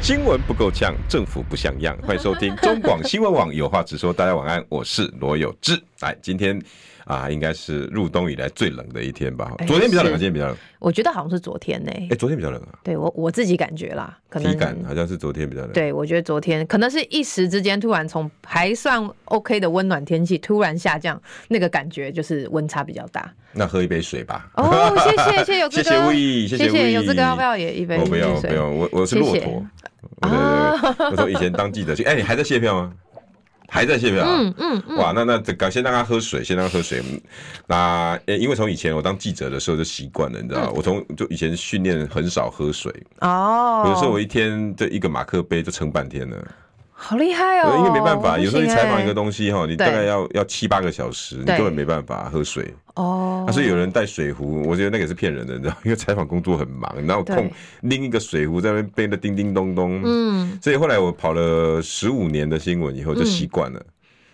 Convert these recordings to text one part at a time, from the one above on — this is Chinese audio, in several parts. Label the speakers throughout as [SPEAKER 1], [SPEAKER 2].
[SPEAKER 1] 新闻不够呛，政府不像样。欢迎收 听中广新闻网，有话直说。大家晚安，我是罗有志。来，今天啊，应该是入冬以来最冷的一天吧？
[SPEAKER 2] 哎
[SPEAKER 1] 昨天比较冷，
[SPEAKER 2] 是
[SPEAKER 1] 今天比较冷。
[SPEAKER 2] 我觉得好像是昨天呢、
[SPEAKER 1] 哎，昨天比较冷啊，
[SPEAKER 2] 对我我自己感觉啦，可能
[SPEAKER 1] 体感啊好像是昨天比较冷。
[SPEAKER 2] 嗯对我觉得昨天可能是一时之间突然从还算 OK 的温暖天气突然下降，那个感觉就是温差比较大。
[SPEAKER 1] 那喝一杯水吧。
[SPEAKER 2] 哦，谢谢谢谢有
[SPEAKER 1] 谢
[SPEAKER 2] 这
[SPEAKER 1] 谢
[SPEAKER 2] 个，
[SPEAKER 1] 魏，谢
[SPEAKER 2] 谢
[SPEAKER 1] 魏，
[SPEAKER 2] 有这个要不要也一杯
[SPEAKER 1] 我哦不要，
[SPEAKER 2] 汽水
[SPEAKER 1] 不要，我我是骆
[SPEAKER 2] 谢谢啊
[SPEAKER 1] 驼。哦我的我从以前当记者去，哎，你还在卸票吗？还在卸票啊？
[SPEAKER 2] 嗯嗯嗯，
[SPEAKER 1] 哇，那那这个先让他喝水，先让他喝水。嗯那呃因为从以前我当记者的时候就习惯了，你知
[SPEAKER 2] 嗯
[SPEAKER 1] 道吗，我从就以前训练很少喝水，
[SPEAKER 2] 哦，
[SPEAKER 1] 有的时候我一天就一个马克杯就撑半天了，
[SPEAKER 2] 好厉害哦，
[SPEAKER 1] 因为没办法，
[SPEAKER 2] 我不行
[SPEAKER 1] 有时候你采访
[SPEAKER 2] 欸
[SPEAKER 1] 一个东西哈，你
[SPEAKER 2] 对
[SPEAKER 1] 大概要要七八个小时，你
[SPEAKER 2] 对
[SPEAKER 1] 根本没办法喝水。
[SPEAKER 2] 哦
[SPEAKER 1] 啊，所以有人带水壶，我觉得那个也是骗人的，你知道吗， 因为采访工作很忙，哪有空
[SPEAKER 2] 对
[SPEAKER 1] 拎一个水壶在那边背的叮叮咚咚。
[SPEAKER 2] 嗯，
[SPEAKER 1] 所以后来我跑了十五年的新闻以后，就习惯
[SPEAKER 2] 嗯
[SPEAKER 1] 了，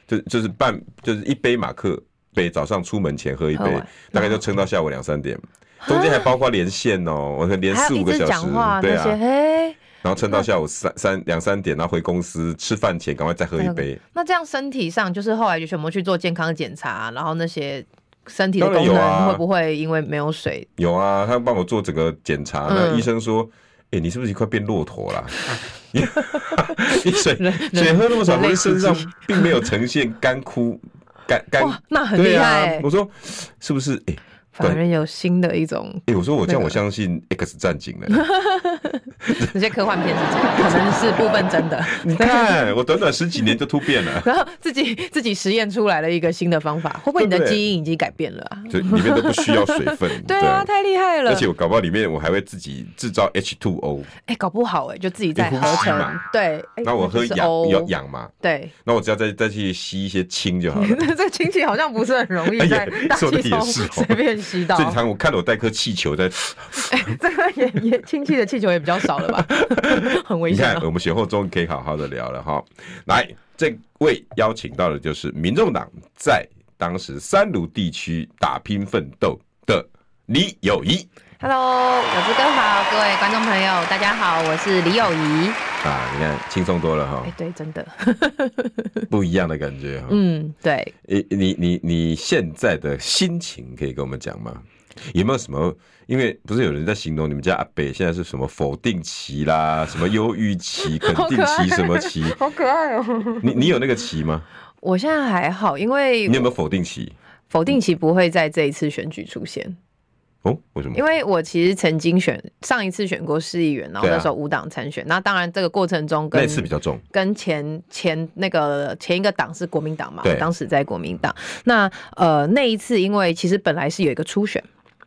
[SPEAKER 1] 就就是半就是一杯马克杯，早上出门前喝一
[SPEAKER 2] 喝
[SPEAKER 1] 杯
[SPEAKER 2] 完，
[SPEAKER 1] 大概就撑到下午两三点。中间还包括连线哦，我连
[SPEAKER 2] 啊还
[SPEAKER 1] 四
[SPEAKER 2] 有
[SPEAKER 1] 五个
[SPEAKER 2] 一直
[SPEAKER 1] 小时
[SPEAKER 2] 讲话，
[SPEAKER 1] 对
[SPEAKER 2] 那
[SPEAKER 1] 啊
[SPEAKER 2] 些，，嘿，
[SPEAKER 1] 然后撑到下午三三两三点，然后回公司吃饭前赶快再喝一杯。
[SPEAKER 2] 那这样身体上，就是后来就全部去做健康检查，然后那些身体的
[SPEAKER 1] 当然
[SPEAKER 2] 功
[SPEAKER 1] 有啊
[SPEAKER 2] 能会不会因为没有水？
[SPEAKER 1] 有啊，他帮我做整个检查，
[SPEAKER 2] 嗯
[SPEAKER 1] 那医生说：“哎、你是不是快变骆驼啦？ 你水水喝那么少，
[SPEAKER 2] 人类
[SPEAKER 1] 会身上
[SPEAKER 2] 奇迹
[SPEAKER 1] 并没有呈现干枯干干。
[SPEAKER 2] 哇，那”很
[SPEAKER 1] 对
[SPEAKER 2] 厉
[SPEAKER 1] 啊
[SPEAKER 2] 害、欸，
[SPEAKER 1] 我说是不是？哎、诶
[SPEAKER 2] 反而有新的一种，
[SPEAKER 1] 哎、我说我这样，
[SPEAKER 2] 那个
[SPEAKER 1] 我相信 X 战警了。
[SPEAKER 2] 那些科幻片是这样，可能是部分真的，
[SPEAKER 1] 你看，我短短十几年就突变了，
[SPEAKER 2] 然后自己自己实验出来了一个新的方法，会不会你的
[SPEAKER 1] 对不对
[SPEAKER 2] 基因已经改变了啊？
[SPEAKER 1] 就里面都不需要水分。
[SPEAKER 2] 对啊，太厉害了！
[SPEAKER 1] 而且我搞不好里面我还会自己制造 H2O，
[SPEAKER 2] 哎、搞不好哎、就自己再
[SPEAKER 1] 你呼
[SPEAKER 2] 合
[SPEAKER 1] 吸
[SPEAKER 2] 成
[SPEAKER 1] 嘛
[SPEAKER 2] 对。哎
[SPEAKER 1] 那我喝
[SPEAKER 2] 就是
[SPEAKER 1] 氧
[SPEAKER 2] 哦
[SPEAKER 1] 要氧嘛，
[SPEAKER 2] 对，
[SPEAKER 1] 那我只要再再去吸一些氢就好 了。
[SPEAKER 2] 这个亲戚好像不是很容易
[SPEAKER 1] 哎呀
[SPEAKER 2] 在大
[SPEAKER 1] 说得
[SPEAKER 2] 气
[SPEAKER 1] 也
[SPEAKER 2] 中
[SPEAKER 1] 是哦
[SPEAKER 2] 随便吸到。
[SPEAKER 1] 所以你常我看到我带颗气球在
[SPEAKER 2] 这个也也亲戚的气球也比较少了吧，很危
[SPEAKER 1] 你
[SPEAKER 2] 险、
[SPEAKER 1] 看，
[SPEAKER 2] 哦。
[SPEAKER 1] 我们选后终于可以好好的聊了哈。来，这位邀请到的就是民众党在当时三卢地区打拼奋斗的李友 仪
[SPEAKER 2] Hello，有志哥好，各位观众朋友，大家好，我是李友仪。
[SPEAKER 1] 啊，你看轻松多了哈
[SPEAKER 2] 哎、，对，真的，
[SPEAKER 1] 不一样的感觉哈。
[SPEAKER 2] 哎嗯，对，
[SPEAKER 1] 你你你你现在的心情可以跟我们讲吗？有没有什么？因为不是有人在形容你们家阿北现在是什么否定期 啦，什么忧郁期、肯定
[SPEAKER 2] 好可爱
[SPEAKER 1] 期、什么 期？
[SPEAKER 2] 好可爱哦。
[SPEAKER 1] 你你有那个期吗？
[SPEAKER 2] 我现在还好，因为
[SPEAKER 1] 你有没有否定期？
[SPEAKER 2] 否定期不会在这一次选举出现，
[SPEAKER 1] 哦，为什么
[SPEAKER 2] 因？为我其实曾经选上一次选过市议员，然后
[SPEAKER 1] 对啊
[SPEAKER 2] 那时候无党参选，那当然这个过程中
[SPEAKER 1] 那
[SPEAKER 2] 跟
[SPEAKER 1] 一次比较重。
[SPEAKER 2] 跟前前那个前一个党是国民党嘛，
[SPEAKER 1] 对
[SPEAKER 2] 我当时在国民党。那呃那一次，因为其实本来是有一个初选，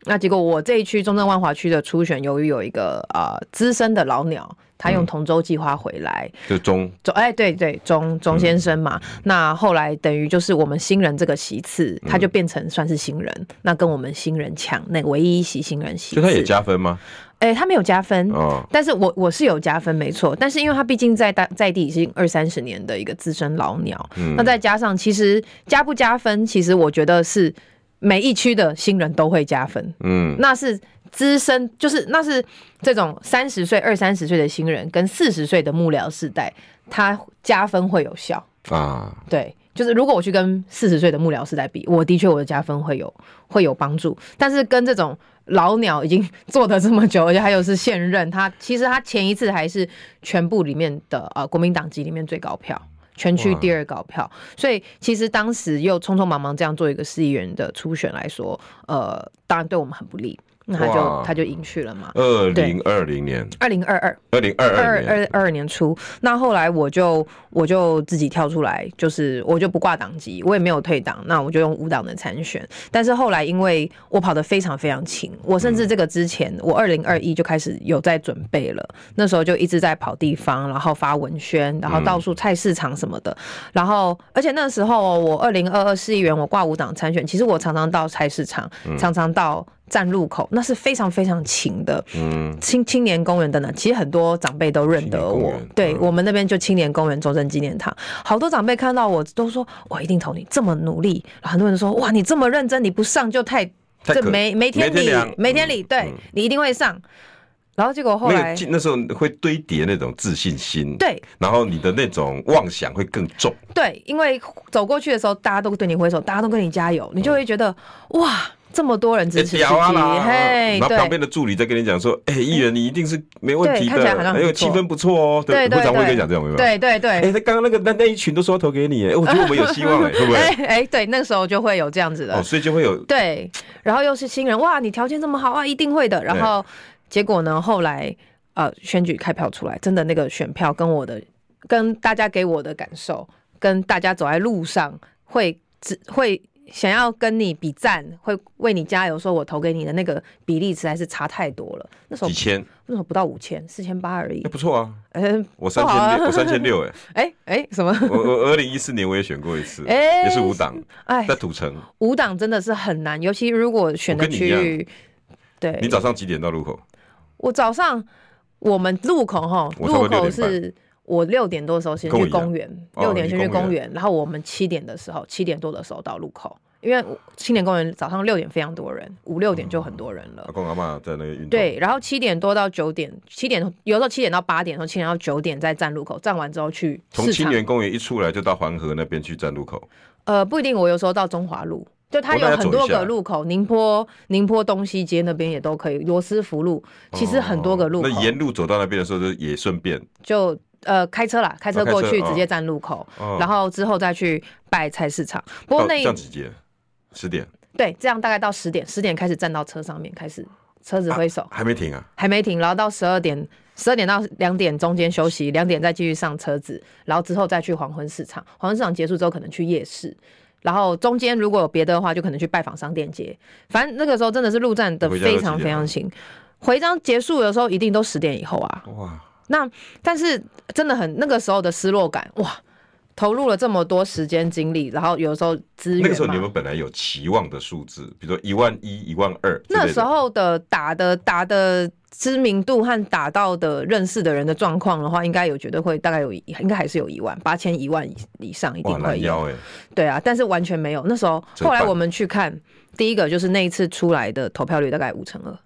[SPEAKER 2] 那结果我这一区中正万华区的初选，由于有一个呃资深的老鸟，他
[SPEAKER 1] 嗯
[SPEAKER 2] 用同舟计划回来，
[SPEAKER 1] 就中
[SPEAKER 2] 钟哎、对对，钟钟
[SPEAKER 1] 嗯
[SPEAKER 2] 先生嘛，那后来等于就是我们新人这个席次，他
[SPEAKER 1] 嗯
[SPEAKER 2] 就变成算是新人，那跟我们新人抢那个唯一一席新人席次，
[SPEAKER 1] 所以他也加分吗？
[SPEAKER 2] 哎、他没有加分，
[SPEAKER 1] 哦，
[SPEAKER 2] 但是我我是有加分没错，但是因为他毕竟在大在地已经二三十年的一个资深老鸟，
[SPEAKER 1] 嗯
[SPEAKER 2] 那再加上其实加不加分，其实我觉得是每一区的新人都会加分，
[SPEAKER 1] 嗯，
[SPEAKER 2] 那是资深，就是那是这种三十岁、二三十岁的新人跟四十岁的幕僚世代，他加分会有效，
[SPEAKER 1] 啊，
[SPEAKER 2] 对。就是如果我去跟四十岁的幕僚世代比，我的确我的加分会有会有帮助，但是跟这种老鸟已经 做的这么久，而且他又是现任，他其实他前一次还是全部里面的呃国民党籍里面最高票。全区
[SPEAKER 1] 哇
[SPEAKER 2] 第二高票，所以其实当时又匆匆忙忙这样做一个市议员的初选来说，呃，当然对我们很不利。那他就
[SPEAKER 1] 哇
[SPEAKER 2] 他就赢去了嘛。
[SPEAKER 1] 二零二零年，
[SPEAKER 2] 二零二二，
[SPEAKER 1] 二零二
[SPEAKER 2] 二
[SPEAKER 1] 二年，
[SPEAKER 2] 二二二年初，那后来我就我就自己跳出来，就是我就不挂党籍，我也没有退党，那我就用无党的参选。但是后来因为我跑得非常非常勤，我甚至
[SPEAKER 1] 嗯
[SPEAKER 2] 这个之前我二零二一就开始有在准备了，那时候就一直在跑地方，然后发文宣，然后
[SPEAKER 1] 嗯
[SPEAKER 2] 到处菜市场什么的，然后而且那时候我二零二二市议员我挂无党参选，其实我常常到菜市场，
[SPEAKER 1] 嗯
[SPEAKER 2] 常常到。站路口那是非常非常勤的，
[SPEAKER 1] 嗯，
[SPEAKER 2] 青青年公园等等，其实很多长辈都认得
[SPEAKER 1] 青年
[SPEAKER 2] 我
[SPEAKER 1] 公园。
[SPEAKER 2] 对、
[SPEAKER 1] 嗯
[SPEAKER 2] 我们那边就青年公园、中正纪念堂，好多长辈看到我都说：“我一定投你，这么努力。”很多人说：“哇，你这么认真，你不上就太
[SPEAKER 1] 太
[SPEAKER 2] 这
[SPEAKER 1] 可
[SPEAKER 2] 没没天
[SPEAKER 1] 没
[SPEAKER 2] 理
[SPEAKER 1] 天啊嗯良，
[SPEAKER 2] 没天理。对、你一定会上。”然后结果后
[SPEAKER 1] 那
[SPEAKER 2] 来
[SPEAKER 1] 个，那时候会堆叠那种自信心，，
[SPEAKER 2] 对
[SPEAKER 1] 然后你的那种妄想会更重，
[SPEAKER 2] 对，因为走过去的时候，大家都对你挥手，大家都跟你加油，你就会觉得、哇，这么多人支持自己，
[SPEAKER 1] 屌啊啦！
[SPEAKER 2] 嘿，
[SPEAKER 1] 然后
[SPEAKER 2] 对
[SPEAKER 1] 旁边的助理在跟你讲说，哎，议员你一定是没问题
[SPEAKER 2] 对看起来好
[SPEAKER 1] 的，
[SPEAKER 2] 像
[SPEAKER 1] 哎
[SPEAKER 2] 很
[SPEAKER 1] 呦
[SPEAKER 2] 不
[SPEAKER 1] 气
[SPEAKER 2] 错
[SPEAKER 1] 氛不错哦，
[SPEAKER 2] 对对
[SPEAKER 1] 部长会
[SPEAKER 2] 对
[SPEAKER 1] 跟你讲这种，有没有？
[SPEAKER 2] 对对对，
[SPEAKER 1] 哎，他刚刚那个那那一群都说要投给你，哎，我觉得我们有希望，哎，会不
[SPEAKER 2] 哎
[SPEAKER 1] 会？
[SPEAKER 2] 哎，对，那时候就会有这样子的
[SPEAKER 1] 哦，所以就会有
[SPEAKER 2] 对，然后又是新人，哇，你条件这么好啊，一定会的。然后结果呢，后来呃选举开票出来，真的那个选票跟我的跟大家给我的感受，跟大家走在路上会只会。想要跟你比赞，会为你加油，说我投给你的那个比例实在是差太多了。那时候
[SPEAKER 1] 几千，
[SPEAKER 2] 那时候不到五千，四千八而已
[SPEAKER 1] 那。不错啊，
[SPEAKER 2] 嗯，
[SPEAKER 1] 我三
[SPEAKER 2] 不好
[SPEAKER 1] 千
[SPEAKER 2] 啊
[SPEAKER 1] 六，我三千六，哎，
[SPEAKER 2] 哎哎，什么？
[SPEAKER 1] 我我二零一四年我也选过一次，
[SPEAKER 2] 哎
[SPEAKER 1] 也是五档，
[SPEAKER 2] 哎
[SPEAKER 1] 在，土城，
[SPEAKER 2] 五档真的是很难，尤其如果选的
[SPEAKER 1] 呃我跟你
[SPEAKER 2] 区
[SPEAKER 1] 一样
[SPEAKER 2] 域，对，
[SPEAKER 1] 你早上几点到路口？
[SPEAKER 2] 我早上我们路口哈，
[SPEAKER 1] 我差不多六
[SPEAKER 2] 路口
[SPEAKER 1] 点半
[SPEAKER 2] 是我六点多的时候先
[SPEAKER 1] 跟我
[SPEAKER 2] 去
[SPEAKER 1] 一样
[SPEAKER 2] 公园，
[SPEAKER 1] 哦
[SPEAKER 2] 六点
[SPEAKER 1] 你
[SPEAKER 2] 先去
[SPEAKER 1] 公园
[SPEAKER 2] 公园，然后我们七点的时候，七点多的时候到路口，因为我青年公园早上六点非常多人，五六点就很多人了
[SPEAKER 1] 阿。公阿妈在那个运动，
[SPEAKER 2] 对，然后七点多到九点，七点有时候七点到八点，然后七点到九点在站路口，站完之后去
[SPEAKER 1] 从
[SPEAKER 2] 市
[SPEAKER 1] 青
[SPEAKER 2] 场。
[SPEAKER 1] 年公园一出来就到黄河那边去站路口，
[SPEAKER 2] 呃，不一定，我有时候到中华路，就它
[SPEAKER 1] 哦那
[SPEAKER 2] 有
[SPEAKER 1] 要
[SPEAKER 2] 很
[SPEAKER 1] 走
[SPEAKER 2] 多
[SPEAKER 1] 一下
[SPEAKER 2] 个路口，宁波宁波东西街那边也都可以，罗斯福路其实很多个路口。
[SPEAKER 1] 哦那沿路走到那边的时候，就也顺便，
[SPEAKER 2] 就呃开车啦，开车过去
[SPEAKER 1] 哦开车
[SPEAKER 2] 直接站路口，
[SPEAKER 1] 哦
[SPEAKER 2] 然后之后再去拜菜市场。不
[SPEAKER 1] 到这
[SPEAKER 2] 过那
[SPEAKER 1] 样几节，十点
[SPEAKER 2] 对这样大概到十点，十点开始站到车上面开始车子挥手，
[SPEAKER 1] 还没停啊，
[SPEAKER 2] 还没停，然后到十二点。十二点到两点中间休息，两点再继续上车子，然后之后再去黄昏市场。黄昏市场结束之后，可能去夜市，然后中间如果有别的话，就可能去拜访商店街。反正那个时候真的是陆战的
[SPEAKER 1] 回家都
[SPEAKER 2] 非
[SPEAKER 1] 几
[SPEAKER 2] 常非
[SPEAKER 1] 点啊
[SPEAKER 2] 常勤。回章结束的时候，一定都十点以后啊。
[SPEAKER 1] 哇，
[SPEAKER 2] 那但是真的很那个时候的失落感，哇，投入了这么多时间精力，然后有时候资源嘛
[SPEAKER 1] 那个时候你们本来有期望的数字，比如说一万一、一万二，
[SPEAKER 2] 那时候的打的打的知名度和打到的认识的人的状况的话，应该有觉得会大概有一应该还是有一万八千一万以以上一
[SPEAKER 1] 哇
[SPEAKER 2] 定会
[SPEAKER 1] 拦
[SPEAKER 2] 有。
[SPEAKER 1] 腰哎，
[SPEAKER 2] 对啊，但是完全没有。那时候
[SPEAKER 1] 折
[SPEAKER 2] 后来
[SPEAKER 1] 半
[SPEAKER 2] 我们去看，第一个就是那一次出来的投票率大概五成二，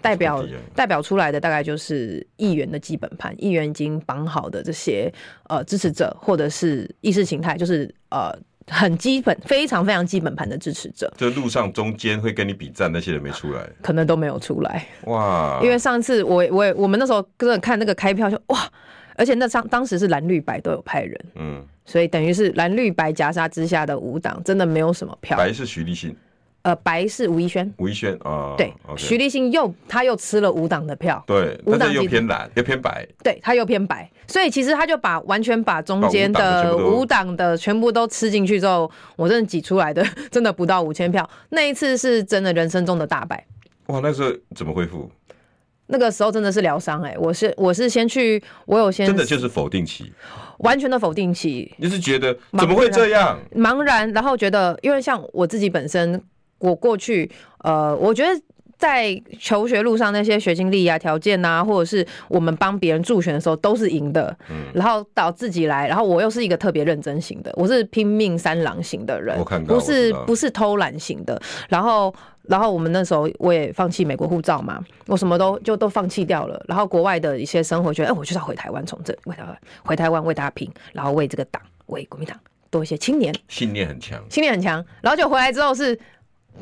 [SPEAKER 2] 代表
[SPEAKER 1] 超低耶啊
[SPEAKER 2] 代表出来的大概就是议员的基本盘，议员已经绑好的这些呃支持者或者是意识形态，就是呃很基本、非常非常基本盘的支持者，
[SPEAKER 1] 就路上中间会跟你比战那些人没出来，
[SPEAKER 2] 可能都没有出来。
[SPEAKER 1] 哇，
[SPEAKER 2] 因为上次我我也我们那时候真的看那个开票就哇，而且那当当时是蓝绿白都有派人，
[SPEAKER 1] 嗯，
[SPEAKER 2] 所以等于是蓝绿白夹杀之下的五党真的没有什么票。
[SPEAKER 1] 白是徐立新、
[SPEAKER 2] 呃，白是吴怡轩。
[SPEAKER 1] 吴一轩啊，
[SPEAKER 2] 对，徐
[SPEAKER 1] 徐
[SPEAKER 2] 立新又他又吃了五党的票，
[SPEAKER 1] 对，
[SPEAKER 2] 无党
[SPEAKER 1] 但是又
[SPEAKER 2] 籍
[SPEAKER 1] 偏蓝又偏白，
[SPEAKER 2] 对他又偏白，所以其实他就把完全把中间
[SPEAKER 1] 把
[SPEAKER 2] 的
[SPEAKER 1] 无
[SPEAKER 2] 五党的全部都吃进去之后，我真的挤出来的 真的不到五千票，那一次是真的人生中的大败。
[SPEAKER 1] 哇，那时候怎么恢复？
[SPEAKER 2] 那个时候真的是疗伤哎，我是我是先去，我有先
[SPEAKER 1] 真的就是否定期，
[SPEAKER 2] 完全的否定期，
[SPEAKER 1] 就是觉得怎么会这样？
[SPEAKER 2] 茫然，然后觉得，因为像我自己本身，我过去，呃，我觉得。在求学路上，那些学经历啊、条件啊，或者是我们帮别人助选的时候，都是赢的。
[SPEAKER 1] 嗯
[SPEAKER 2] 然后到自己来，然后我又是一个特别认真型的，我是拼命三郎型的人，
[SPEAKER 1] 我看到
[SPEAKER 2] 不
[SPEAKER 1] 我知
[SPEAKER 2] 是
[SPEAKER 1] 道
[SPEAKER 2] 不是偷懒型的。然后，然后我们那时候我也放弃美国护照嘛，我什么都就都放弃掉了。然后国外的一些生活，觉得哎，我就是要回台湾从政，为台湾回台湾为大家拼，然后为这个党，为国民党多一些青年。
[SPEAKER 1] 信念很强，
[SPEAKER 2] 心理很强，然后就回来之后是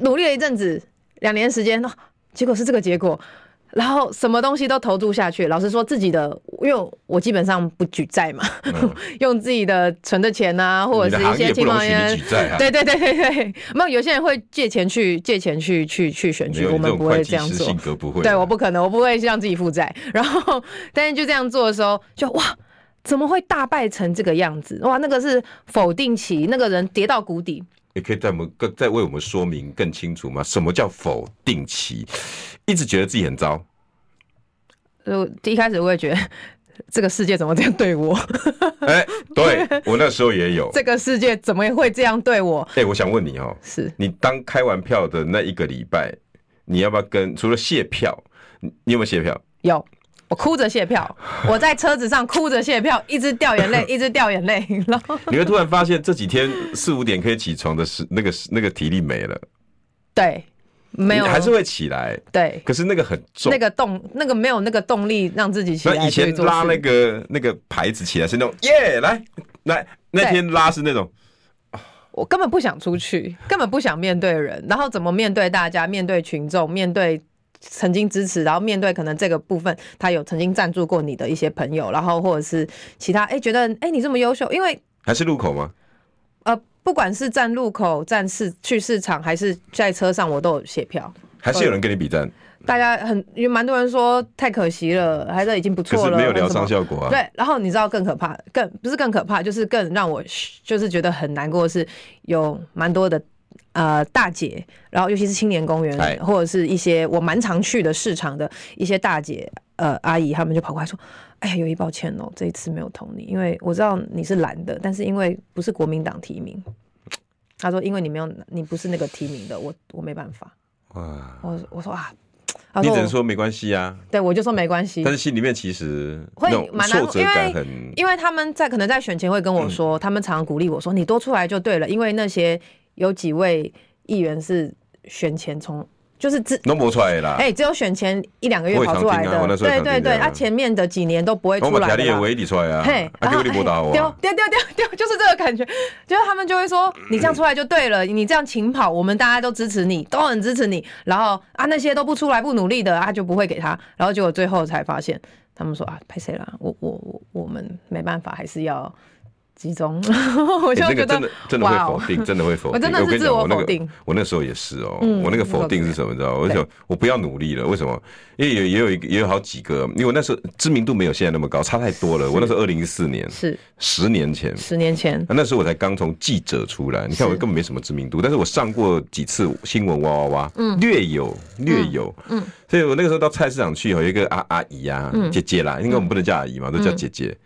[SPEAKER 2] 努力了一阵子，两年时间，哦结果是这个结果。然后什么东西都投注下去。老实说，自己的，因为我基本上不举债嘛， 用自己的存的钱啊，或
[SPEAKER 1] 嗯你
[SPEAKER 2] 者
[SPEAKER 1] 的
[SPEAKER 2] 是一
[SPEAKER 1] 行
[SPEAKER 2] 些
[SPEAKER 1] 业不
[SPEAKER 2] 亲
[SPEAKER 1] 容
[SPEAKER 2] 朋
[SPEAKER 1] 许你举债啊。
[SPEAKER 2] 对对对对对，没有有些人会借钱去借钱去去去选
[SPEAKER 1] 没
[SPEAKER 2] 举，
[SPEAKER 1] 有
[SPEAKER 2] 我
[SPEAKER 1] 你这
[SPEAKER 2] 们
[SPEAKER 1] 种
[SPEAKER 2] 不
[SPEAKER 1] 会
[SPEAKER 2] 会这
[SPEAKER 1] 计
[SPEAKER 2] 样
[SPEAKER 1] 师
[SPEAKER 2] 做
[SPEAKER 1] 性。格不会。
[SPEAKER 2] 对，我不可能，我不会让自己负债。 然后，但是就这样做的时候，就哇，怎么会大败成这个样子？哇，那个是否定期，那个人跌到谷底。
[SPEAKER 1] 也可以再我们更再为我们说明更清楚吗？什么叫否定期？一直觉得自己很糟，
[SPEAKER 2] 呃，一开始我也觉得这个世界怎么这样对我，
[SPEAKER 1] 哎、对我那时候也有。
[SPEAKER 2] 这个世界怎么会这样对我？
[SPEAKER 1] 哎、我想问你哦，
[SPEAKER 2] 是
[SPEAKER 1] 你当开完票的那一个礼拜，你要不要跟除了卸票，你你有没有卸票？
[SPEAKER 2] 有。我哭着谢票，我在车子上哭着谢票，一直掉眼泪，一直掉眼泪，然后
[SPEAKER 1] 你会突然发现这几天四五点可以起床的时那个那个体力没了，
[SPEAKER 2] 对，没有
[SPEAKER 1] 你还是会起来，
[SPEAKER 2] 对
[SPEAKER 1] 可是那个很重。
[SPEAKER 2] 那个动，那个没有那个动力让自己起
[SPEAKER 1] 那
[SPEAKER 2] 来
[SPEAKER 1] 以
[SPEAKER 2] 去
[SPEAKER 1] 前
[SPEAKER 2] 做
[SPEAKER 1] 拉
[SPEAKER 2] 事
[SPEAKER 1] 那个那个牌子起来是那种耶，来来，那
[SPEAKER 2] 对
[SPEAKER 1] 天拉是那种
[SPEAKER 2] 我根本不想出去，根本不想面对人，然后怎么面对大家，面对群众，面对曾经支持，然后面对可能这个部分他有曾经赞助过你的一些朋友，然后或者是其他，哎，觉得哎你这么优秀，因为
[SPEAKER 1] 还是路口吗？
[SPEAKER 2] 呃，不管是站路口、站市去市场，还是在车上，我都有写票。
[SPEAKER 1] 还是有人跟你比战，
[SPEAKER 2] 大家很有蛮多人说太可惜了，还是已经不
[SPEAKER 1] 可
[SPEAKER 2] 错
[SPEAKER 1] 是
[SPEAKER 2] 了，
[SPEAKER 1] 没有
[SPEAKER 2] 或
[SPEAKER 1] 疗
[SPEAKER 2] 者什
[SPEAKER 1] 伤
[SPEAKER 2] 么
[SPEAKER 1] 效果啊。
[SPEAKER 2] 对，然后你知道更可怕，更不是更可怕，就是更让我就是觉得很难过，是有蛮多的呃大姐，然后尤其是青年公园
[SPEAKER 1] 哎
[SPEAKER 2] 或者是一些我蛮常去的市场的一些大姐呃阿姨，她们就跑过来说：“哎呀，有一抱歉哦，这一次没有投你，因为我知道你是蓝的，但是因为不是国民党提名。”她说：“因为你没有，你不是那个提名的，我我没办法。
[SPEAKER 1] 哇，
[SPEAKER 2] 我”我说啊，她
[SPEAKER 1] 你只能
[SPEAKER 2] 我
[SPEAKER 1] 说没关系啊，
[SPEAKER 2] 对，我就说没关系。
[SPEAKER 1] 但是心里面其实
[SPEAKER 2] 会
[SPEAKER 1] 那种
[SPEAKER 2] 蛮难
[SPEAKER 1] 挫
[SPEAKER 2] 过
[SPEAKER 1] 折
[SPEAKER 2] 因为
[SPEAKER 1] 感很。
[SPEAKER 2] 因为他们在可能在选前会跟
[SPEAKER 1] 嗯
[SPEAKER 2] 我说，他们常常鼓励我说：“你多出来就对了。”因为那些有几位议员是选前从就是只
[SPEAKER 1] 弄不出来的啦，
[SPEAKER 2] 哎、只有选前一两个月
[SPEAKER 1] 啊我也
[SPEAKER 2] 跑
[SPEAKER 1] 常
[SPEAKER 2] 出来
[SPEAKER 1] 听啊我那
[SPEAKER 2] 的，
[SPEAKER 1] 时候也常
[SPEAKER 2] 对对
[SPEAKER 1] 听这
[SPEAKER 2] 对，
[SPEAKER 1] 样啊
[SPEAKER 2] 他、前面的几年都不会
[SPEAKER 1] 我
[SPEAKER 2] 出
[SPEAKER 1] 把
[SPEAKER 2] 来
[SPEAKER 1] 条
[SPEAKER 2] 的
[SPEAKER 1] 例也
[SPEAKER 2] 啦。
[SPEAKER 1] 围你出来啊，
[SPEAKER 2] 嘿，哦
[SPEAKER 1] 啊，给我
[SPEAKER 2] 后哎
[SPEAKER 1] 你不打我
[SPEAKER 2] 丢
[SPEAKER 1] 啊，
[SPEAKER 2] 丢丢丢 丢，就是这个感觉，就是他们就会说
[SPEAKER 1] 嗯
[SPEAKER 2] 你这样出来就对了，你这样勤跑，我们大家都支持你，都很支持你。然后啊，那些都不出来不努力的，啊就不会给他。然后结果最后才发现，他们说啊，拍谁啦？我我我我们没办法，还是要集中。 我就
[SPEAKER 1] 哎那
[SPEAKER 2] 觉
[SPEAKER 1] 个
[SPEAKER 2] 得、
[SPEAKER 1] 真的真的会
[SPEAKER 2] 哇哦
[SPEAKER 1] 否定，真的会否定。
[SPEAKER 2] 我真的是
[SPEAKER 1] 跟你
[SPEAKER 2] 自
[SPEAKER 1] 讲
[SPEAKER 2] 我
[SPEAKER 1] 我那
[SPEAKER 2] 否定
[SPEAKER 1] 个我那时候也是哦，
[SPEAKER 2] 嗯
[SPEAKER 1] 我那个否定是什么？你知道吗？我就想我不要努力了，为什么？因为也也有一个也有好几个，因为我那时候知名度没有现在那么高，差太多了。我那时候二零一四年，
[SPEAKER 2] 是
[SPEAKER 1] 十年前。
[SPEAKER 2] 十年前
[SPEAKER 1] 那时候我才刚从记者出来，你看我
[SPEAKER 2] 是
[SPEAKER 1] 根本没什么知名度，但是我上过几次新闻哇哇哇，
[SPEAKER 2] 嗯
[SPEAKER 1] 略有略有，嗯，所以我那个时候到菜市场去，有一个阿阿姨啊，
[SPEAKER 2] 嗯
[SPEAKER 1] 姐姐啦，应该我们不能叫阿姨嘛，都叫姐姐。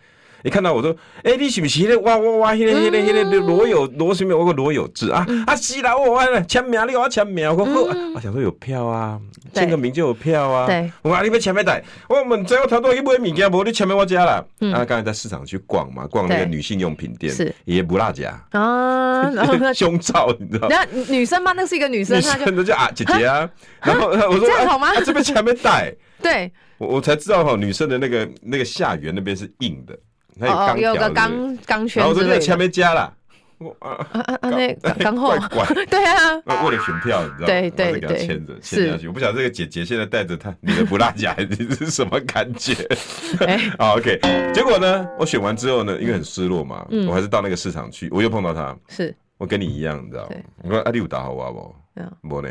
[SPEAKER 1] 一看到我说，哎、你是不是那个哇哇哇，那个那个那
[SPEAKER 2] 嗯
[SPEAKER 1] 个罗有罗什么？我个罗有志啊啊是啦，我我签名，你我签名，我说好我想说有票啊，
[SPEAKER 2] 嗯对
[SPEAKER 1] 签个名就有票啊。
[SPEAKER 2] 对，
[SPEAKER 1] 我讲你要签名带，我们只要头都去买物件，无你签名我家啦。啊，刚才在市场去逛嘛，逛那个
[SPEAKER 2] 嗯对
[SPEAKER 1] 女性用品店。
[SPEAKER 2] 是
[SPEAKER 1] 也不辣姐啊，
[SPEAKER 2] 啊，然后那
[SPEAKER 1] 胸罩你知道。
[SPEAKER 2] 然后女生嘛，那是一个女生，
[SPEAKER 1] 女
[SPEAKER 2] 她就
[SPEAKER 1] 生的叫啊姐姐啊，然后我说
[SPEAKER 2] 这样好吗
[SPEAKER 1] 啊啊这边前面带，
[SPEAKER 2] 对
[SPEAKER 1] 我我才知道哈，女生的那个那个下缘那边是硬的，它
[SPEAKER 2] 哦哦，
[SPEAKER 1] 有钢条
[SPEAKER 2] 有个
[SPEAKER 1] 的，
[SPEAKER 2] 钢钢圈
[SPEAKER 1] 然后我
[SPEAKER 2] 之
[SPEAKER 1] 说
[SPEAKER 2] 类
[SPEAKER 1] 那前
[SPEAKER 2] 的。
[SPEAKER 1] 面加啦，我啊
[SPEAKER 2] 啊啊啊！那
[SPEAKER 1] 钢
[SPEAKER 2] 钢后
[SPEAKER 1] 怪怪，
[SPEAKER 2] 对啊，
[SPEAKER 1] 啊为了选票你知道吗，
[SPEAKER 2] 对
[SPEAKER 1] 然后就
[SPEAKER 2] 对
[SPEAKER 1] 给她
[SPEAKER 2] 对
[SPEAKER 1] 牵着
[SPEAKER 2] 是
[SPEAKER 1] 牵下去，我不晓得这个姐姐现在带着她你的不辣姐 你是什么感觉？
[SPEAKER 2] 哎、
[SPEAKER 1] 好 OK，结果呢，我选完之后呢，因为很失落嘛，
[SPEAKER 2] 嗯
[SPEAKER 1] 我还是到那个市场去，我又碰到她，
[SPEAKER 2] 是，我
[SPEAKER 1] 我跟你一样，你知道吗
[SPEAKER 2] 对？
[SPEAKER 1] 我说啊，你有打好我不？
[SPEAKER 2] 嗯，
[SPEAKER 1] 无呢？